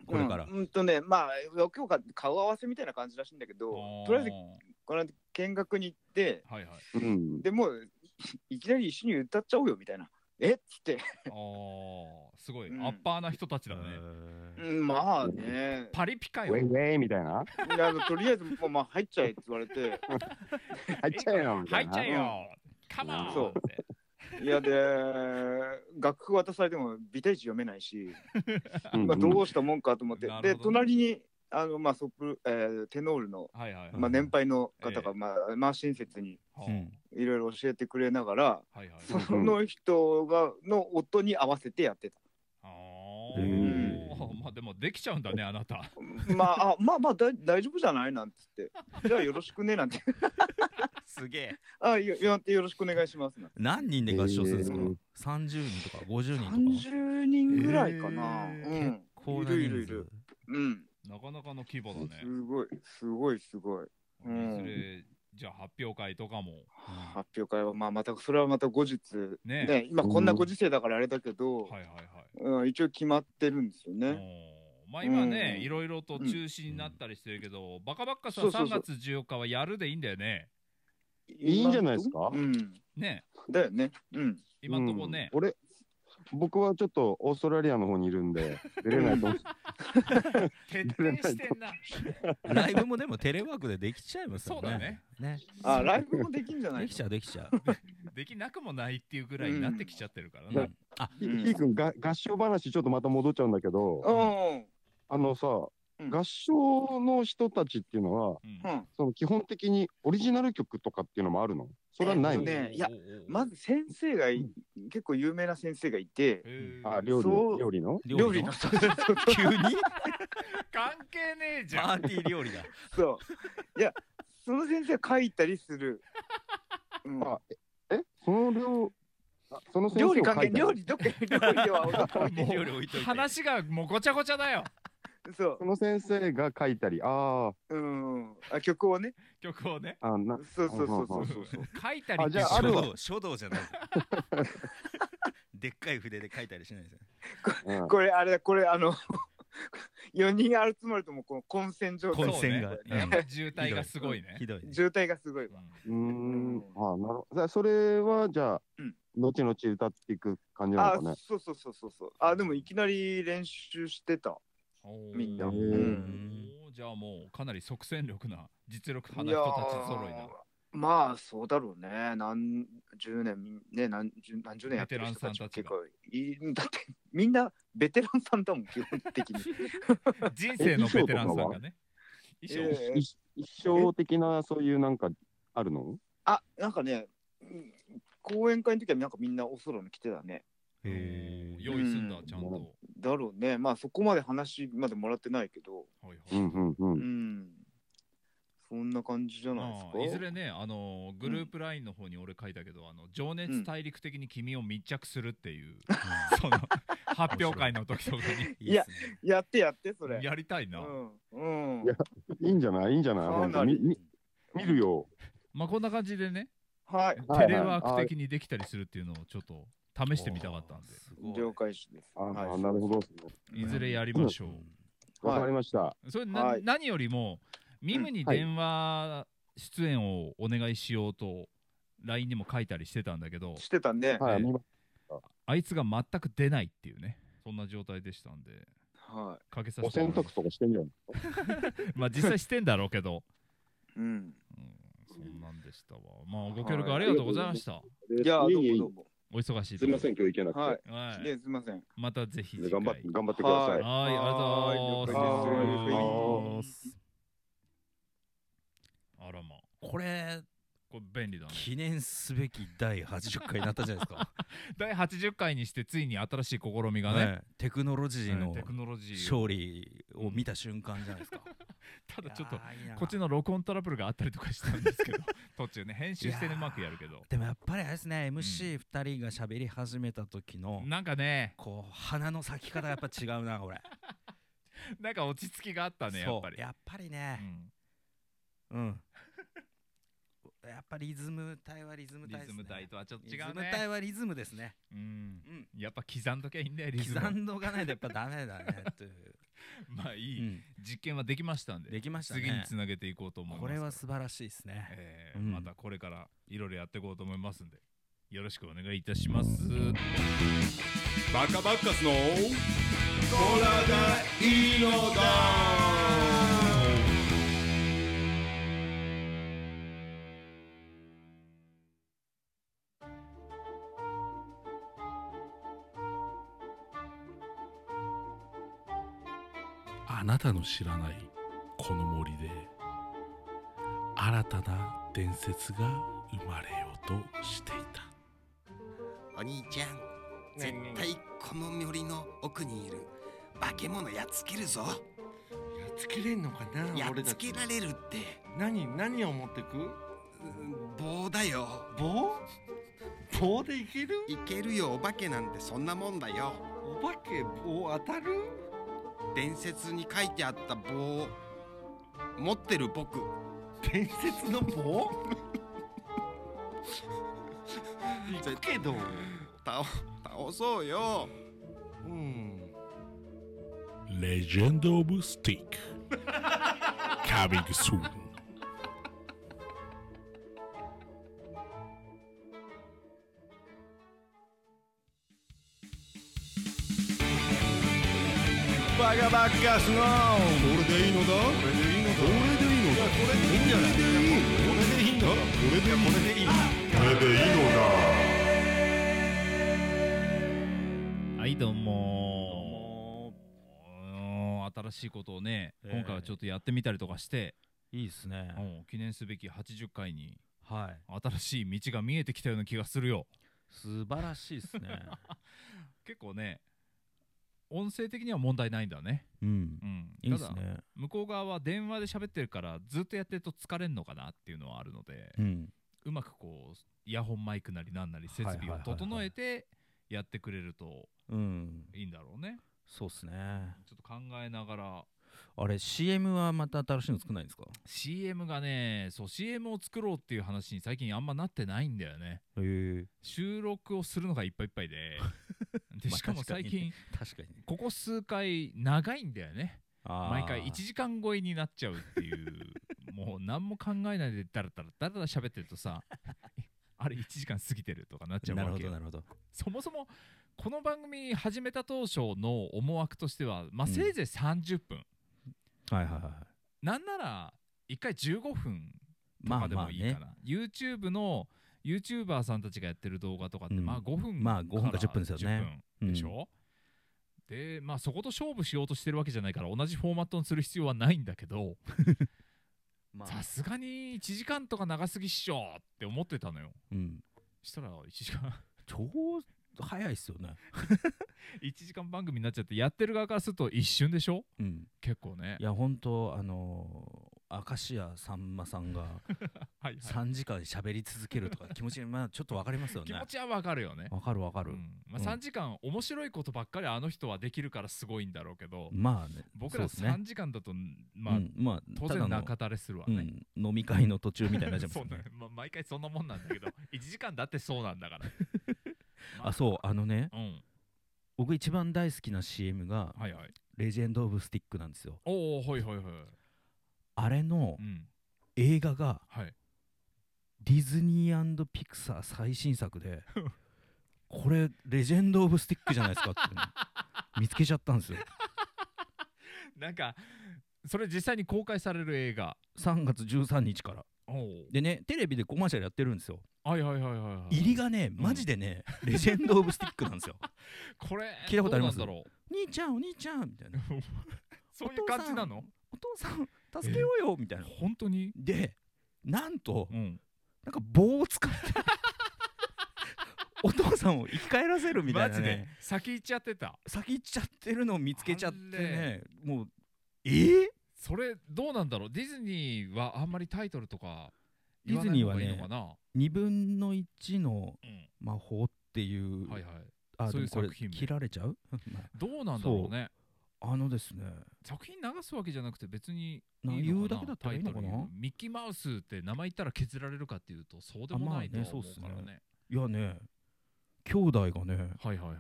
Speaker 1: これから
Speaker 5: うん、うんとね、まあ、今日が顔合わせみたいな感じらしいんだけど、とりあえず、この見学に行って、
Speaker 2: はいはい。
Speaker 6: うん、
Speaker 5: でもう、いきなり一緒に歌っちゃおうよみたいな。えっつって、
Speaker 2: ああ、すごい、
Speaker 5: うん
Speaker 2: アッパーな人たちだね。
Speaker 1: へ
Speaker 5: うんまあね、
Speaker 2: パリピか
Speaker 6: ウェ
Speaker 2: よ
Speaker 6: イ。ウェイみたいな、
Speaker 5: いやあのとりあえず、もうまあ、入っちゃえって言われて、
Speaker 6: 入っちゃえ よみた
Speaker 2: 入
Speaker 6: い
Speaker 2: っ
Speaker 6: な。
Speaker 2: ちゃえよ。カモン。
Speaker 5: そういやで、楽譜渡されても、ビタイチ読めないし、
Speaker 6: うん
Speaker 5: まあ、どうしたもんかと思って、
Speaker 2: なる
Speaker 5: で、
Speaker 2: ほどね
Speaker 5: 隣に、あのまあソプ、えーテノールの、
Speaker 2: はいはいはい。
Speaker 5: まあ、年配の方
Speaker 2: え
Speaker 5: が、まあまあ、親切に
Speaker 2: はあ
Speaker 1: うん
Speaker 5: いろいろ教えてくれながら、
Speaker 2: はいはい。
Speaker 5: その人がの音に合わせてやってた。
Speaker 2: あ
Speaker 1: へ
Speaker 2: ー
Speaker 1: ー
Speaker 2: まあでもできちゃうんだね、あなた。
Speaker 5: まあ、あまあまあだい大丈夫じゃないなんつって、じゃあよろしくねなんて。
Speaker 1: すげえ。
Speaker 5: あ、よよよろしくお願いします。
Speaker 1: 何人で合唱するんですか
Speaker 6: えー
Speaker 1: ?30 人とか50人とか。
Speaker 5: 30人ぐらいかな。
Speaker 2: え
Speaker 5: うん。
Speaker 1: こう
Speaker 5: い
Speaker 1: な人数
Speaker 5: るいるいる。うん。
Speaker 2: なかなかの規模だね。
Speaker 5: すごい、すごい、すごい。うん
Speaker 2: いずれ、じゃあ発表会とかも。
Speaker 5: 発表会は、まあ、また、それはまた後日。
Speaker 2: ね
Speaker 5: ね、今こんなご時世だからあれだけど、
Speaker 2: はいはいはい。
Speaker 5: うん、一応決まってるんですよね。
Speaker 2: おーまあ今ね、
Speaker 5: うん
Speaker 2: いろいろと中止になったりしてるけど、バカバッカさん
Speaker 5: そうそ
Speaker 2: 3
Speaker 5: うそう
Speaker 2: 月14日はやるでいいんだよね。
Speaker 6: いいんじゃないですか
Speaker 5: うん。
Speaker 2: ね、
Speaker 5: だよね。うん。
Speaker 2: 今んとこね
Speaker 6: う、ん俺、僕はちょっとオーストラリアの方にいるんで、出れないと思う。
Speaker 2: 徹底してんな。
Speaker 1: ライブもでもテレワークでできちゃいますよね。
Speaker 2: そうだね。
Speaker 1: ね。
Speaker 5: あ、ライブもできんじゃない
Speaker 1: で
Speaker 5: の
Speaker 1: きちゃうできちゃ
Speaker 2: できなくもないっていうぐらいになってきちゃってるか
Speaker 1: う。
Speaker 2: ら
Speaker 1: う
Speaker 2: な。
Speaker 1: んあ、
Speaker 6: ひ
Speaker 5: うん
Speaker 6: ーくん、が合唱話、ちょっとまた戻っちゃうんだけど、
Speaker 5: うん。
Speaker 6: あのさ、合
Speaker 5: うん
Speaker 6: 唱の人たちっていうのは、
Speaker 2: うん
Speaker 5: うん。
Speaker 6: その基本的にオリジナル曲とかっていうのもあるのそれはないの、
Speaker 5: ねいや、
Speaker 2: おーおー
Speaker 5: まず先生がい、結構有名な先生がい て、
Speaker 2: へー
Speaker 6: あ料理
Speaker 5: そう
Speaker 6: 料理の
Speaker 5: 料理の、そうそうそう
Speaker 1: 急に
Speaker 2: 関係ねえじ
Speaker 1: パ
Speaker 2: ゃ
Speaker 1: ー
Speaker 2: ん。
Speaker 1: ティー料理 だ。
Speaker 5: そう。いや、その先生が書いたり する。うん
Speaker 6: あえその料あその先生を書い
Speaker 5: 料理
Speaker 6: た
Speaker 5: 関係、
Speaker 6: の
Speaker 5: 料理、ど っか料理は置いといて
Speaker 1: 料理置いといて。
Speaker 2: 話がもうごちゃごちゃだよ。
Speaker 5: そう
Speaker 6: そ。の先生が書いたりあ
Speaker 5: うん。あ、曲をね。
Speaker 2: 曲をね。
Speaker 6: ーあな
Speaker 5: そうそうそうそううんそうそう。
Speaker 2: 書いたり
Speaker 6: あじゃあ
Speaker 1: 書
Speaker 6: る
Speaker 1: 道、書道じゃない。でっかい筆で書いたりしないですよね。
Speaker 6: うん
Speaker 5: これ、あれだ、これ、あの、4人集まるともうこの混戦状態
Speaker 1: 混戦が
Speaker 2: そうねやっぱ渋滞がすごいね。
Speaker 1: ひどいね。
Speaker 5: 渋滞がすごいわ
Speaker 6: うーんあーなるほどそれはじゃあ、
Speaker 5: うん
Speaker 6: 後々歌っていく感じな
Speaker 5: あ
Speaker 6: のかね
Speaker 5: そうそうそうそうそうあでもいきなり練習してた
Speaker 2: うん
Speaker 5: みんな
Speaker 2: おー
Speaker 1: うん
Speaker 2: じゃあもうかなり即戦力な実力派な人たち揃い
Speaker 5: いや
Speaker 2: だ
Speaker 5: ー。まあそうだろうね何十年ね何十何十年やってる人たちも
Speaker 2: ベテ
Speaker 5: 結
Speaker 2: ラン
Speaker 5: 構いいだってみんなベテランさんだもん基本 的に
Speaker 2: 人生のベテランさんがね。
Speaker 5: え
Speaker 2: 衣装
Speaker 5: ー
Speaker 6: い一生的なそういうなんかあるの
Speaker 5: あなんかねうん講演会の時はなんかみんなおそろに来てたね
Speaker 1: へー
Speaker 2: 用意すんだ、ちゃんと。
Speaker 5: だろうねまあそこまで話までもらってないけど
Speaker 2: はいは
Speaker 6: う
Speaker 2: い
Speaker 6: んうんう
Speaker 5: うんんそんな感じじゃないです
Speaker 2: ま
Speaker 5: か
Speaker 2: あ、いずれね、あのーグループラインの方に俺書いたけど、あの情熱大陸的に君を密着するっていう、そ の発表会の時とか
Speaker 1: いや、
Speaker 5: やってやってそれ
Speaker 2: にやりたいな。
Speaker 5: うんうん
Speaker 6: いやいいんじゃないいいんじゃない
Speaker 5: か
Speaker 6: なん
Speaker 5: な
Speaker 6: かみ
Speaker 5: り
Speaker 6: み見るよ
Speaker 2: まあこんな感じでね、
Speaker 5: はい
Speaker 6: はいはい
Speaker 2: テレワーク的にできたりするっていうのをちょっと試してみたかったんで、
Speaker 1: すごい
Speaker 5: 了解しです。
Speaker 6: あー、
Speaker 5: はい
Speaker 6: なるほど
Speaker 1: ん
Speaker 2: いずれやりましょう。
Speaker 6: わかりました、
Speaker 2: それな、
Speaker 5: はい
Speaker 2: 何よりも、ミムに電話出演をお願いしようと、LINE にも書いたりしてたんだけど、
Speaker 5: してたんで、
Speaker 6: はい、
Speaker 2: えー
Speaker 6: 見ま
Speaker 2: あいつが全く出ないっていうね、そんな状態でしたんで、
Speaker 5: は
Speaker 2: かけさ
Speaker 6: お
Speaker 2: せてもらい
Speaker 6: 洗
Speaker 2: ま
Speaker 6: 濯
Speaker 2: す
Speaker 6: とかしてんじゃん
Speaker 2: まあ実際してんだろうけど、
Speaker 5: い。うん。
Speaker 2: うん、そんなんでしたわ。まあご協力ありがとうございました。
Speaker 5: いや、どう
Speaker 6: いえいえい
Speaker 5: も
Speaker 6: え
Speaker 5: どうも。
Speaker 2: お忙しい
Speaker 6: すみません、
Speaker 2: ん。
Speaker 6: 今日行けなくて。
Speaker 5: はい。
Speaker 2: はい
Speaker 5: いや、すみません。
Speaker 2: またぜひ次回。
Speaker 6: 頑張って、頑張ってくださ
Speaker 5: はいい。。
Speaker 2: はい、ありがとうございます。あらまあ、
Speaker 1: これ
Speaker 2: これ便利だね。
Speaker 1: 記念すべき第80回になったじゃないですか。
Speaker 2: 第80回にしてついに新しい試み がね、
Speaker 1: ねテクノロジー
Speaker 2: うん
Speaker 1: の
Speaker 2: テクノロジーを
Speaker 1: 勝利を見た瞬間じゃないですか。
Speaker 2: ただちょっと
Speaker 1: いやーいいな
Speaker 2: こっちの録音トラブルがあったりとかしたんです けど途中ね編集してねうまくやるけど
Speaker 1: でもやっぱりあれですね MC2 人が喋り始めた時の、
Speaker 2: なんかね
Speaker 1: こう鼻の咲き方がやっぱ違うな 俺。
Speaker 2: なんか落ち着きがあったねやっ
Speaker 1: そ
Speaker 2: ぱ
Speaker 1: う
Speaker 2: り
Speaker 1: やっぱり
Speaker 2: う
Speaker 1: ね、
Speaker 2: ん
Speaker 1: うん、やっぱリズム体はリズム
Speaker 2: リ
Speaker 1: 体で
Speaker 2: ズ
Speaker 1: すね
Speaker 2: ム体とはちょっと違
Speaker 1: リズ
Speaker 2: う
Speaker 1: ム体
Speaker 2: ね
Speaker 1: はリズムですね。
Speaker 2: うん
Speaker 1: うん、
Speaker 2: やっぱ刻んどきゃいいんだよリズム
Speaker 1: 刻んどかないとやっぱダメだねという、
Speaker 2: まあいうい
Speaker 1: ん、
Speaker 2: 実験はできましたんで
Speaker 1: できました
Speaker 2: 次に
Speaker 1: ね
Speaker 2: つ。なげていこうと思います
Speaker 1: これは素晴らしいですね。
Speaker 2: え
Speaker 1: う
Speaker 2: ー
Speaker 1: ん
Speaker 2: またこれからいろいろやっていこうと思いますんでよろしくお願いいたします
Speaker 3: バカバッカスのこらがいいのだ
Speaker 7: あなたの知らないこの森で新たな伝説が生まれようとしていた
Speaker 4: お兄ちゃん絶対この森の奥にいる化け物やっつけるぞ
Speaker 8: やっつけれんのかな
Speaker 4: やっ
Speaker 8: 俺た
Speaker 4: つけられるって
Speaker 8: 何何を持ってく
Speaker 4: うん棒だよ
Speaker 8: 棒棒でいける
Speaker 4: いけるよお化けなんてそんなもんだよ
Speaker 8: お化け棒当たる
Speaker 4: 伝説に書いてあった棒を持ってる僕
Speaker 8: 伝説の棒いくけど
Speaker 4: 倒倒そうよ
Speaker 8: うん
Speaker 7: レジェンド・オブ・スティック Coming soon
Speaker 3: バカバカすなこれでいいのだこれでいいのだこれでいいのだこれでいいんじゃないこれでいいんだこれでいいこれでいいこれでいいのだ
Speaker 2: はいどうもうん新しいことをね、
Speaker 1: ええ
Speaker 2: 今回はちょっとやってみたりとかして、
Speaker 1: いいですね
Speaker 2: うん記念すべき80回に
Speaker 1: はい
Speaker 2: 新しい道が見えてきたような気がするよ
Speaker 1: 素晴らしいですね
Speaker 2: 結構ね音声的には問題ないんだね、
Speaker 1: うん
Speaker 2: うん、
Speaker 1: いいで
Speaker 2: た
Speaker 1: す
Speaker 2: だ
Speaker 1: ね
Speaker 2: 向こう側は電話で喋ってるからずっとやってると疲れんのかなっていうのはあるので、
Speaker 1: うん
Speaker 2: うまくこうイヤホンマイクなりなんなり設備を整えてやってくれると
Speaker 1: うん
Speaker 2: いいんだろうね
Speaker 1: そうっすね
Speaker 2: ちょっと考えながら
Speaker 1: あれ CM はまた新しいの作んないんですか
Speaker 2: CM がねそう CM を作ろうっていう話に最近あんまなってないんだよね
Speaker 1: へえ
Speaker 2: 収録をするのがいっぱいいっぱ いでで
Speaker 1: まあ
Speaker 2: しかも最近
Speaker 1: 確かにね
Speaker 2: ここ数回長いんだよね
Speaker 1: あー
Speaker 2: 毎回1時間超えになっちゃうっていう もう何も考えないでだらだらだらだら喋ってるとさ あれ1時間過ぎてるとかなっちゃう
Speaker 1: なる
Speaker 2: わ
Speaker 1: ほ
Speaker 2: け
Speaker 1: ど
Speaker 2: よ
Speaker 1: なるほど
Speaker 2: そもそもこの番組始めた当初の思惑としては、まあ、
Speaker 1: うん
Speaker 2: せいぜい30分、
Speaker 1: はいはいはい
Speaker 2: なんなら1回15分と
Speaker 1: ま
Speaker 2: か
Speaker 1: あ
Speaker 2: で
Speaker 1: まあ
Speaker 2: もいいかな、
Speaker 1: ね
Speaker 2: YouTube の YouTuber さんたちがやってる動画とかって、
Speaker 1: うん
Speaker 2: まあ5分
Speaker 1: まあ5分か10分ですよね
Speaker 2: 10分でしょ、でまあそこと勝負しようとしてるわけじゃないから同じフォーマットにする必要はないんだけど
Speaker 1: ま
Speaker 2: さすがに1時間とか長すぎっしょって思ってたのよ
Speaker 1: うん
Speaker 2: したら1時間
Speaker 1: 超早いっすよね
Speaker 2: 1時間番組になっちゃってやってる側からすると一瞬でしょ
Speaker 1: うん
Speaker 2: 結構ね
Speaker 1: いや本当あのー、明石家さんまさん が
Speaker 2: はいはい
Speaker 1: 3時間喋り続けるとか気持ちまあちょっとわかりますよ
Speaker 2: 気
Speaker 1: ね
Speaker 2: 持ちはわかるよね。
Speaker 1: わかるわかる、
Speaker 2: うんまあ、
Speaker 1: うん
Speaker 2: 3時間面白いことばっかりあの人はできるからすごいんだろうけど、
Speaker 1: まあね
Speaker 2: 僕ら
Speaker 1: そうですね
Speaker 2: 3時間だと、まあ
Speaker 1: うんまあただ
Speaker 2: 当然
Speaker 1: の
Speaker 2: 中垂れするわね。
Speaker 1: うん、飲み会の途中みたいになっちゃいます
Speaker 2: そ
Speaker 1: よ
Speaker 2: うだ
Speaker 1: ね
Speaker 2: ね、まあ、毎回そんなもんなん だけど1時間だってそうなんだから。ま
Speaker 1: あそうあのね
Speaker 2: うん
Speaker 1: 僕一番大好きな CM が
Speaker 2: はいはい。
Speaker 1: 「レジェンド・オブ・スティック」なんですよ
Speaker 2: おおはいはいはい。
Speaker 1: あれの
Speaker 2: うん
Speaker 1: 映画が
Speaker 2: はい、
Speaker 1: ディズニーピクサー最新作 でこれレジェンド・オブ・スティックじゃないですかっていうの見つけちゃったんですよ
Speaker 2: なんかそれ実際に公開される映画。
Speaker 1: 3月13日から
Speaker 2: おお
Speaker 1: でねテレビでコマーシャルやってるんですよ
Speaker 2: はいはいはいはいはい。
Speaker 1: 入りがねマジでね、レジェンド・オブ・スティックなん ですよ
Speaker 2: これ
Speaker 1: 聞いたことあります
Speaker 2: どうなんだろう
Speaker 1: 兄ちゃんお兄ちゃんみたい な
Speaker 2: そういう感じなの
Speaker 1: お父さん助けようよみたいな
Speaker 2: 本当に、
Speaker 1: でなんと
Speaker 2: うん、
Speaker 1: なんか棒を 使ってお父さんを生き返らせるみたいな
Speaker 2: マジで
Speaker 1: ね
Speaker 2: 先行っちゃってた。
Speaker 1: 先行っちゃってるのを見つけちゃってねもうえー
Speaker 2: それどうなんだろうディズニーはあんまりタイトルとか
Speaker 1: デ
Speaker 2: 言
Speaker 1: ィ
Speaker 2: わ
Speaker 1: ズ
Speaker 2: ない
Speaker 1: ニー
Speaker 2: 方
Speaker 1: はね
Speaker 2: がいいのかな、
Speaker 1: 2分の1の
Speaker 2: うん
Speaker 1: 魔法っていう、
Speaker 2: はいはい
Speaker 1: あ
Speaker 2: そういう
Speaker 1: でもこれ
Speaker 2: 作品名
Speaker 1: 切られちゃう、ま
Speaker 2: どうなんだろうね
Speaker 1: ああのですね
Speaker 2: 作品流すわけじゃなくて別に
Speaker 1: ない
Speaker 2: いの
Speaker 1: 言うだ
Speaker 2: かな
Speaker 1: けだったらいいのかな
Speaker 2: タイトルミッキーマウスって名前言ったら削られるかっていうとそうでもないと
Speaker 1: あまあね
Speaker 2: 思う
Speaker 1: そうっす
Speaker 2: か
Speaker 1: ね
Speaker 2: らね,、
Speaker 1: いやね兄弟がね
Speaker 2: はいはいはい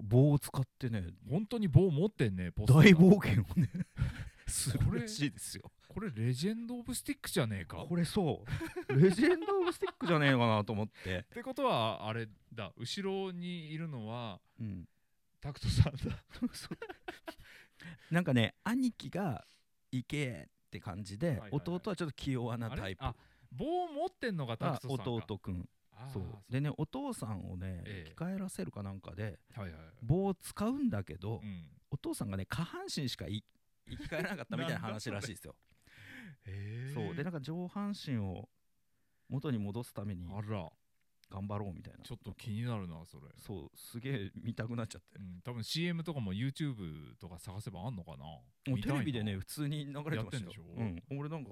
Speaker 1: 棒を使ってね
Speaker 2: 本当に棒持ってんねポスターが
Speaker 1: 大冒険を ね素
Speaker 2: こ
Speaker 1: 晴
Speaker 2: れ
Speaker 1: らしいですよ
Speaker 2: これレジェンド・オブ・スティックじゃねえかっ
Speaker 1: これそうレジェンド・オブ・スティックじゃねえかなと思って、
Speaker 2: てことはあれだ後ろにいるのは
Speaker 1: うん、
Speaker 2: タクトさんだ
Speaker 1: なんかね兄貴が行けって感じで、
Speaker 2: いはいはい
Speaker 1: 弟はちょっと気弱な
Speaker 2: あ
Speaker 1: タ
Speaker 2: れ
Speaker 1: イプ
Speaker 2: あ棒持ってんのがタ
Speaker 1: が
Speaker 2: クトさんか
Speaker 1: 弟くん
Speaker 2: あー
Speaker 1: そうでねお父さんをね、
Speaker 2: ええ
Speaker 1: 生き返らせるかなんかで
Speaker 2: はいはい
Speaker 1: 棒を使うんだけど、
Speaker 2: うん
Speaker 1: お父さんがね下半身しかい生き返らなかったみたいな話らしいですよ。
Speaker 2: へえ
Speaker 1: そうでなんか上半身を元に戻すために
Speaker 2: あら
Speaker 1: 頑張ろうみたいな
Speaker 2: ちょっと気になるなそれ、
Speaker 1: そうすげえ見たくなっちゃって
Speaker 2: うん、多分 CM とかも YouTube とか探せばあんのかな
Speaker 1: もうテ
Speaker 2: 見たいな
Speaker 1: レビでね普通に流れてましたよ
Speaker 2: やってんでしょ
Speaker 1: うん、俺なんか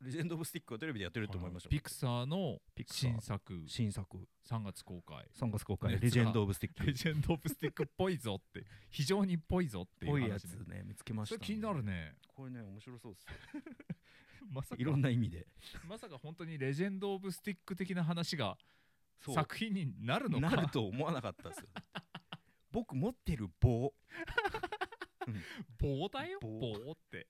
Speaker 1: レジェンド・オブ・スティックはテレビでやってると思いました
Speaker 2: ピクサーの
Speaker 1: ピクサー
Speaker 2: 新作
Speaker 1: 新作
Speaker 2: 3月公開
Speaker 1: 3月公開
Speaker 2: 熱が
Speaker 1: レジェンド・オブ・スティック
Speaker 2: レジェンド・オブ・スティックっぽいぞって 非常にっぽいぞってい
Speaker 1: ぽ
Speaker 2: う
Speaker 1: いや
Speaker 2: 話
Speaker 1: つ
Speaker 2: ね
Speaker 1: ね見つけました
Speaker 2: それ
Speaker 1: んで
Speaker 2: 気にな るね
Speaker 1: これね面白そうですよ
Speaker 2: まさか
Speaker 1: いろんな意味で
Speaker 2: まさか本当にレジェンド・オブ・スティック的な話が
Speaker 1: そう
Speaker 2: 作品になるのか
Speaker 1: なると思わなかったですよ僕持ってる棒
Speaker 2: 棒だよ
Speaker 1: 棒
Speaker 2: 棒って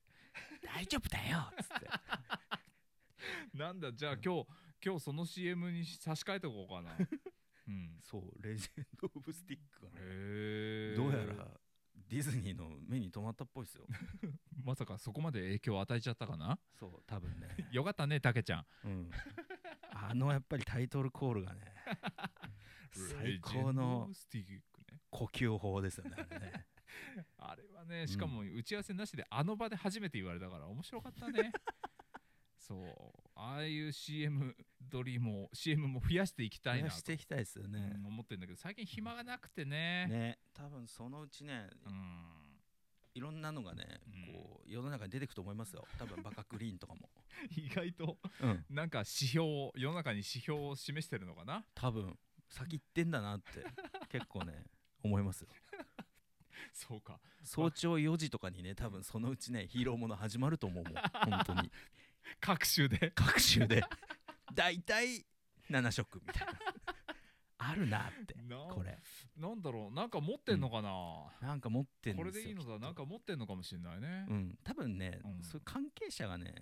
Speaker 1: 大丈夫だよっつって
Speaker 2: なんだじゃあ今日今日その CM に差し替えておこ うかなうん
Speaker 1: そうレジェンド・オブ・スティックがね
Speaker 2: へえ
Speaker 1: どうやらディズニーの目に留まったっぽいですよ
Speaker 2: まさかそこまで影響を与えちゃったかな
Speaker 1: そう多分ね、
Speaker 2: よかったねたけちゃん
Speaker 1: うん、あのやっぱりタイトルコールがね最高の
Speaker 2: レジェンドオブスティックね
Speaker 1: 呼吸法ですよねあれね
Speaker 2: あれはねしかも打ち合わせなしであの場で初めて言われたから面白かった ねそうああいう CM 撮りも CM も増やしていきたいな
Speaker 1: ね
Speaker 2: と
Speaker 1: していきたいですよね、
Speaker 2: うん思ってるんだけど最近暇がなくてね
Speaker 1: ね多分そのうちね、
Speaker 2: うん
Speaker 1: いろんなのがね、
Speaker 2: うん
Speaker 1: こう世の中に出てくと思いますよ多分バカクリーンとかも、
Speaker 2: 意外と
Speaker 1: うん、
Speaker 2: なんか指標を世の中に指標を示してるのかな
Speaker 1: 多分先行ってんだなって結構ね思いますよ
Speaker 2: そうか
Speaker 1: 早朝4時とかにね多分そのうちねヒーローもの始まると思うもん本当に
Speaker 2: 各種で
Speaker 1: 各種で大体7色みたいなあるなって
Speaker 2: な
Speaker 1: これ
Speaker 2: なんだろうなんか持ってんのかな、
Speaker 1: なんか持ってんです
Speaker 2: こ
Speaker 1: よ
Speaker 2: れでいいのだ
Speaker 1: きっと
Speaker 2: なんか持ってんのかもしれないね、
Speaker 1: うん多分ね、
Speaker 2: うん
Speaker 1: そういう関係者がね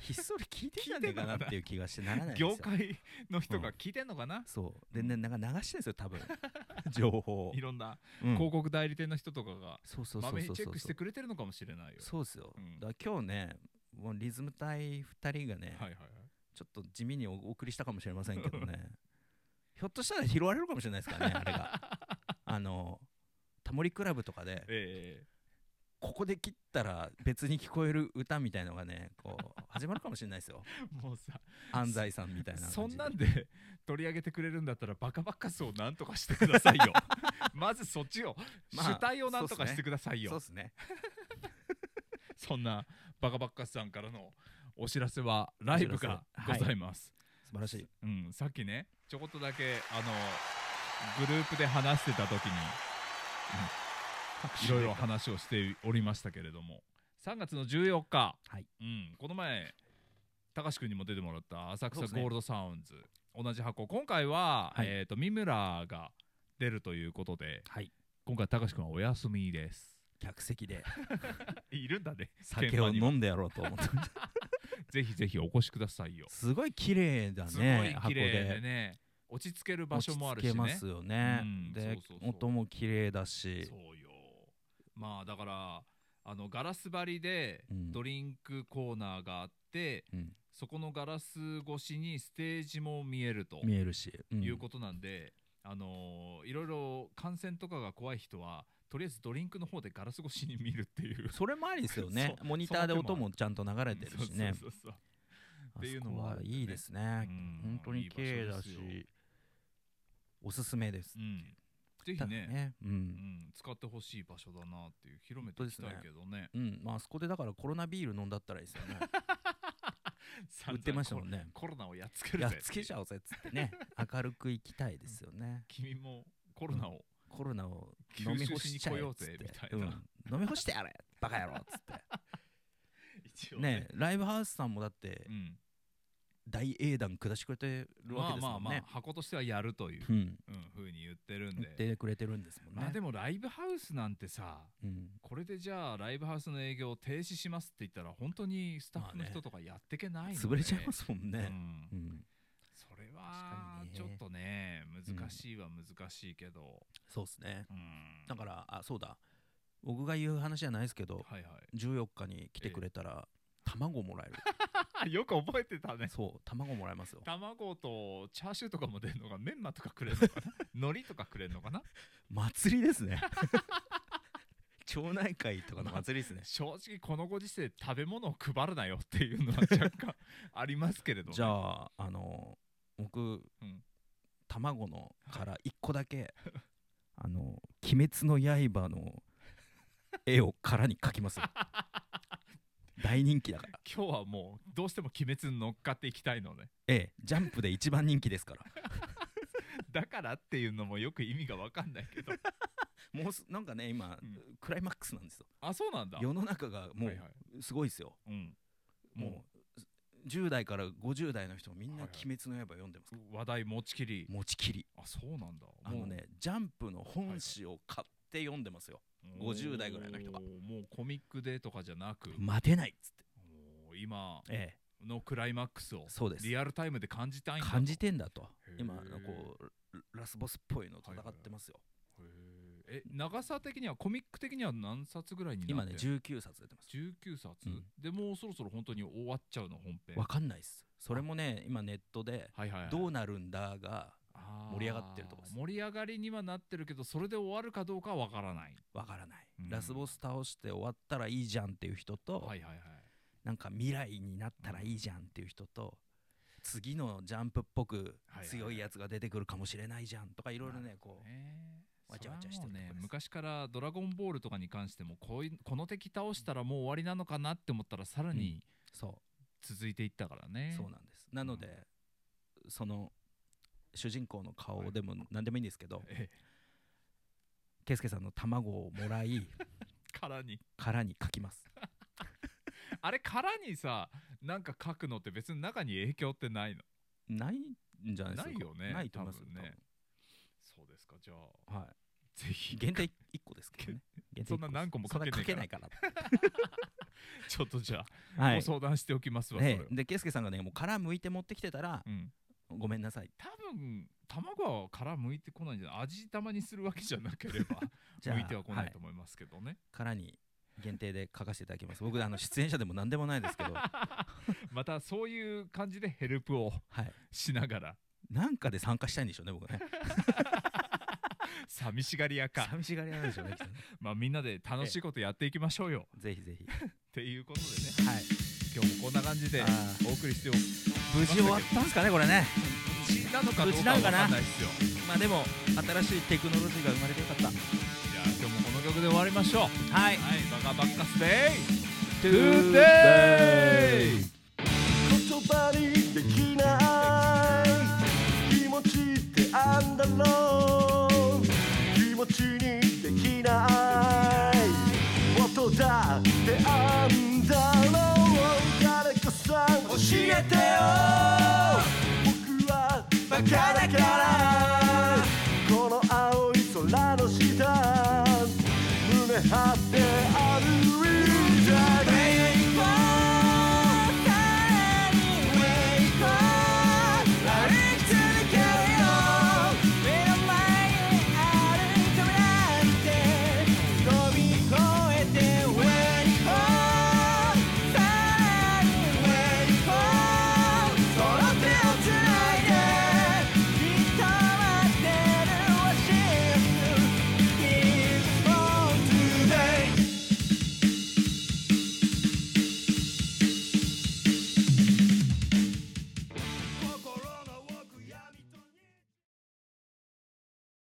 Speaker 1: ひっそり聞いてんじゃねえかなっていう気がしてならないんですよ
Speaker 2: 業界の人
Speaker 1: うん
Speaker 2: が聞いてんのかな、
Speaker 1: そうでねなんか流してるんですよ多分 情報を
Speaker 2: いろんな
Speaker 1: うん
Speaker 2: 広告代理店の人とかが
Speaker 1: そうそう
Speaker 2: ま
Speaker 1: そう
Speaker 2: め
Speaker 1: そ
Speaker 2: に
Speaker 1: う
Speaker 2: チェ
Speaker 1: そ
Speaker 2: ッ
Speaker 1: う
Speaker 2: クしてくれてるのかもしれないよ
Speaker 1: そうですよ、
Speaker 2: うん
Speaker 1: だから今日ねもうリズム隊2人がね、
Speaker 2: はいはいはい
Speaker 1: ちょっと地味にお送りしたかもしれませんけど ねひょっとしたら拾われるかもしれないですからねあれが あのタモリクラブとかで
Speaker 2: え
Speaker 1: ここで切ったら別に聞こえる歌みたいのがねこう始まるかもしれないです よ
Speaker 2: えもうさ
Speaker 1: 安西さんみたいな感じ
Speaker 2: そんなんで 取り上げてくれるんだったらバカバカスをなんとかしてくださ いよまずそっちを、
Speaker 1: まあ
Speaker 2: 主体をなんとかしてくださいよ
Speaker 1: そうですね
Speaker 2: そんなバカバッカさんからのお知らせはライブが
Speaker 1: お知ら
Speaker 2: ご
Speaker 1: せ
Speaker 2: ざいます、
Speaker 1: 素晴らしい
Speaker 2: うん、さっきねちょこっとだけあのグループで話してた時にいろいろ話をしておりましたけれども3月の14日、
Speaker 1: はい
Speaker 2: うん、この前高志くんにも出てもらった浅
Speaker 1: そう
Speaker 2: 草
Speaker 1: ですね
Speaker 2: ゴールドサウンズ、同じ箱今回は、
Speaker 1: はい
Speaker 2: えー、と三村が出るということで
Speaker 1: はい
Speaker 2: 今回高志くんはお休み です
Speaker 1: 客席で
Speaker 2: いるんだね
Speaker 1: 酒を
Speaker 2: 現場には
Speaker 1: 飲んでやろうと思って
Speaker 2: ぜひぜひお越しくださいよ
Speaker 1: すごい綺麗だ
Speaker 2: すごい
Speaker 1: ね
Speaker 2: 綺麗
Speaker 1: 箱
Speaker 2: でね落ち着ける場所もあるしね
Speaker 1: 落ち着けますよね、
Speaker 2: うん
Speaker 1: で
Speaker 2: そうそうそう
Speaker 1: 音も綺麗だし
Speaker 2: そうよまあだからあのガラス張りで
Speaker 1: うん
Speaker 2: ドリンクコーナーがあって、
Speaker 1: うん
Speaker 2: そこのガラス越しにステージも見えると
Speaker 1: 見えるし、うん
Speaker 2: いうことなんで、あのーいろいろ感染とかが怖い人はとりあえずドリンクの方でガラス越しに見るっていう
Speaker 1: それもありですよね
Speaker 2: そう
Speaker 1: モニターで音もちゃんと流れてるしね
Speaker 2: そうそうそうそう
Speaker 1: あ
Speaker 2: っていうの
Speaker 1: そこ
Speaker 2: もあ
Speaker 1: は
Speaker 2: るんだよね
Speaker 1: いいですね、
Speaker 2: うん
Speaker 1: 本当に綺麗だ
Speaker 2: いい
Speaker 1: し
Speaker 2: 場所ですよ
Speaker 1: おすすめです、
Speaker 2: うん、ぜひ
Speaker 1: ただ
Speaker 2: ね
Speaker 1: う、
Speaker 2: うんん、使ってほしい場所だなっていう広めていきたいけどね
Speaker 1: うん、まああそこでだからコロナビール飲んだったらいいですよ ね
Speaker 2: 散々
Speaker 1: 売ってましたもんね
Speaker 2: コロコロナをやっつける
Speaker 1: や
Speaker 2: ぜ
Speaker 1: っつけちゃおうぜっつって ね明るく行きたいですよね
Speaker 2: 君もコロナを
Speaker 1: コロナを飲み干しちゃえっつって
Speaker 2: 吸収しに来ようぜみたいな
Speaker 1: うん、飲み干してやれバカ野郎っつっ
Speaker 2: 一
Speaker 1: て
Speaker 2: 応ね
Speaker 1: ねライブハウスさんもだって
Speaker 2: うん、
Speaker 1: 大英断下してくれてるわ
Speaker 2: ま
Speaker 1: け
Speaker 2: あ
Speaker 1: です
Speaker 2: まあ
Speaker 1: もん
Speaker 2: まあ
Speaker 1: ね、
Speaker 2: 箱としてはやるという、
Speaker 1: うん
Speaker 2: うん、ふうに言ってるんで
Speaker 1: 言ってくれてるんですもんね、
Speaker 2: まあでもライブハウスなんてさ
Speaker 1: うん
Speaker 2: これでじゃあライブハウスの営業を停止しますって言ったら本当にスタッフの人とかやってけないので、
Speaker 1: 潰れちゃいますもん
Speaker 2: う
Speaker 1: ね、
Speaker 2: ん
Speaker 1: うん、
Speaker 2: それは
Speaker 1: 確かにね
Speaker 2: ちょっとね難しいは難しいけど、
Speaker 1: そうですね
Speaker 2: うん
Speaker 1: だからあそうだ僕が言う話じゃないですけど
Speaker 2: はいはい
Speaker 1: 14日に来てくれたら卵もらえる
Speaker 2: あよく覚えて たね
Speaker 1: そう卵もらえますよ
Speaker 2: 卵とチャーシューとかも出るのがメンマとかくれるのか な海苔とかくれるのかな
Speaker 1: 祭りですね 町内会とかの祭りですね
Speaker 2: 正直このご時世食べ物を配るなよっていうのは若干ありますけれど
Speaker 1: じゃああの僕、
Speaker 2: ん
Speaker 1: 卵のから1個だけ あの「 鬼滅の刃」の絵を殻に描きますよ大人気だから
Speaker 2: 今日はもうどうしても鬼滅に乗っかっていきたいのね
Speaker 1: ええジャンプで一番人気ですから
Speaker 2: だからっていうのもよく意味が分かんない けど
Speaker 1: もうすなんかね今、
Speaker 2: うん
Speaker 1: クライマックスなんですよ
Speaker 2: あそうなんだ
Speaker 1: 世の中がも
Speaker 2: はいはいう
Speaker 1: すごいですよ、
Speaker 2: うん、
Speaker 1: もう10代から50代の人みんな
Speaker 2: はい
Speaker 1: 「
Speaker 2: はい
Speaker 1: 鬼滅の刃」読んでます、
Speaker 2: う話題持ちきり
Speaker 1: 持ちきり
Speaker 2: あそうなんだ
Speaker 1: あのねジャンプの本誌を買って読んでますよ、
Speaker 2: もう
Speaker 1: 50代ぐらいの人が
Speaker 2: おーもうコミックでとかじゃなく、
Speaker 1: 待てないっつって、
Speaker 2: もう今
Speaker 1: え
Speaker 2: のクライマックスを
Speaker 1: え、そうです
Speaker 2: リアルタイムで感じたいんだと
Speaker 1: 感じてんだと
Speaker 2: へえ
Speaker 1: 今あのこうララスボスっぽいの戦ってますよ、
Speaker 2: へーえ長さ的にはコミック的には何冊ぐらいにな
Speaker 1: 今
Speaker 2: って
Speaker 1: ね
Speaker 2: る
Speaker 1: 19冊出てます
Speaker 2: 19冊、
Speaker 1: うん
Speaker 2: でもうそろそろ本当に終わっちゃうの本編
Speaker 1: わかんないっすそれもね今ネットで
Speaker 2: はいはいは
Speaker 1: 「
Speaker 2: い、
Speaker 1: どうなるんだ」が
Speaker 2: あー
Speaker 1: 盛り上がってるとこです
Speaker 2: 盛り上がりにはなってるけどそれで終わるかどうかはわからない
Speaker 1: わからない、
Speaker 2: うん
Speaker 1: ラスボス倒して終わったらいいじゃんっていう人と、
Speaker 2: はいはいはい
Speaker 1: なんか未来になったらいいじゃんっていう人と、次のジャンプっぽく
Speaker 2: はいはい
Speaker 1: 強いやつが出てくるかもしれないじゃんとかいろいろねこう
Speaker 2: ね
Speaker 1: わちゃわちゃして
Speaker 2: そ
Speaker 1: る
Speaker 2: れ
Speaker 1: とこ
Speaker 2: はもうね
Speaker 1: です
Speaker 2: 昔から「ドラゴンボール」とかに関してもこういうこの敵倒したらもう終わりなのかなって思ったらさらに
Speaker 1: そ
Speaker 2: 続いていったから
Speaker 1: う
Speaker 2: ね、
Speaker 1: そうなんですなので、その主人公の顔でも何でもいいんですけど、
Speaker 2: え
Speaker 1: 圭介さんの卵をもら い
Speaker 2: え殻に
Speaker 1: 殻に書きます
Speaker 2: あれ殻にさなんか書くのって別に中に影響ってないの
Speaker 1: ないんじゃないですか
Speaker 2: ないよね
Speaker 1: ないと思います
Speaker 2: 多分ねそうですかじゃあ
Speaker 1: 多分はい
Speaker 2: ぜひ
Speaker 1: 限定1個ですけ どね限定一個です
Speaker 2: そんな何個もかけねえか
Speaker 1: そ
Speaker 2: ら
Speaker 1: んなかけないか
Speaker 2: ちょっとじゃあ、
Speaker 1: らは
Speaker 2: ご
Speaker 1: い
Speaker 2: 相談しておきますわ、
Speaker 1: ね
Speaker 2: それは
Speaker 1: で圭介さんがねもう殻剥いて持ってきてたら
Speaker 2: うん
Speaker 1: ごめんなさい
Speaker 2: 多分卵は殻剥いてこないんじゃない味玉にするわけじゃなければ
Speaker 1: じゃあ
Speaker 2: 剥いてはこな
Speaker 1: はい
Speaker 2: と思いますけどね、
Speaker 1: からに限定で書かせていただきます。僕あの出演者でも何でもないですけ ど、は
Speaker 2: またそういう感じでヘルプを
Speaker 1: い。
Speaker 2: しながら
Speaker 1: なんかで参加したいんでしょうね、僕ね。
Speaker 2: 寂しがり屋か、
Speaker 1: 寂しがり屋なんでしょうね、きっとね。
Speaker 2: まあ、みんなで楽しいことやっていきましょうよ
Speaker 1: ぜひぜひ。
Speaker 2: っていうことでね
Speaker 1: はい。
Speaker 2: 今日もこんな感じで
Speaker 1: あー
Speaker 2: お送りしてお
Speaker 1: 無事終わったんですかね、これね。
Speaker 2: くなのかどう
Speaker 1: 無事な
Speaker 2: か
Speaker 1: の
Speaker 2: は分
Speaker 1: かな
Speaker 2: かんないですよ
Speaker 1: まあでも、新しいテクノロジーが生まれてよかった。
Speaker 2: じゃあ今日もこの曲で終わりましょうはい
Speaker 1: はい。
Speaker 2: バカバッカスデイトゥ
Speaker 1: Today
Speaker 2: ーデイ
Speaker 3: 言葉にできない気持ちってあんだろう気持ちにできない音だってあんだろう誰かさん教えてよ僕はバカだからこの青い空の下胸張って歩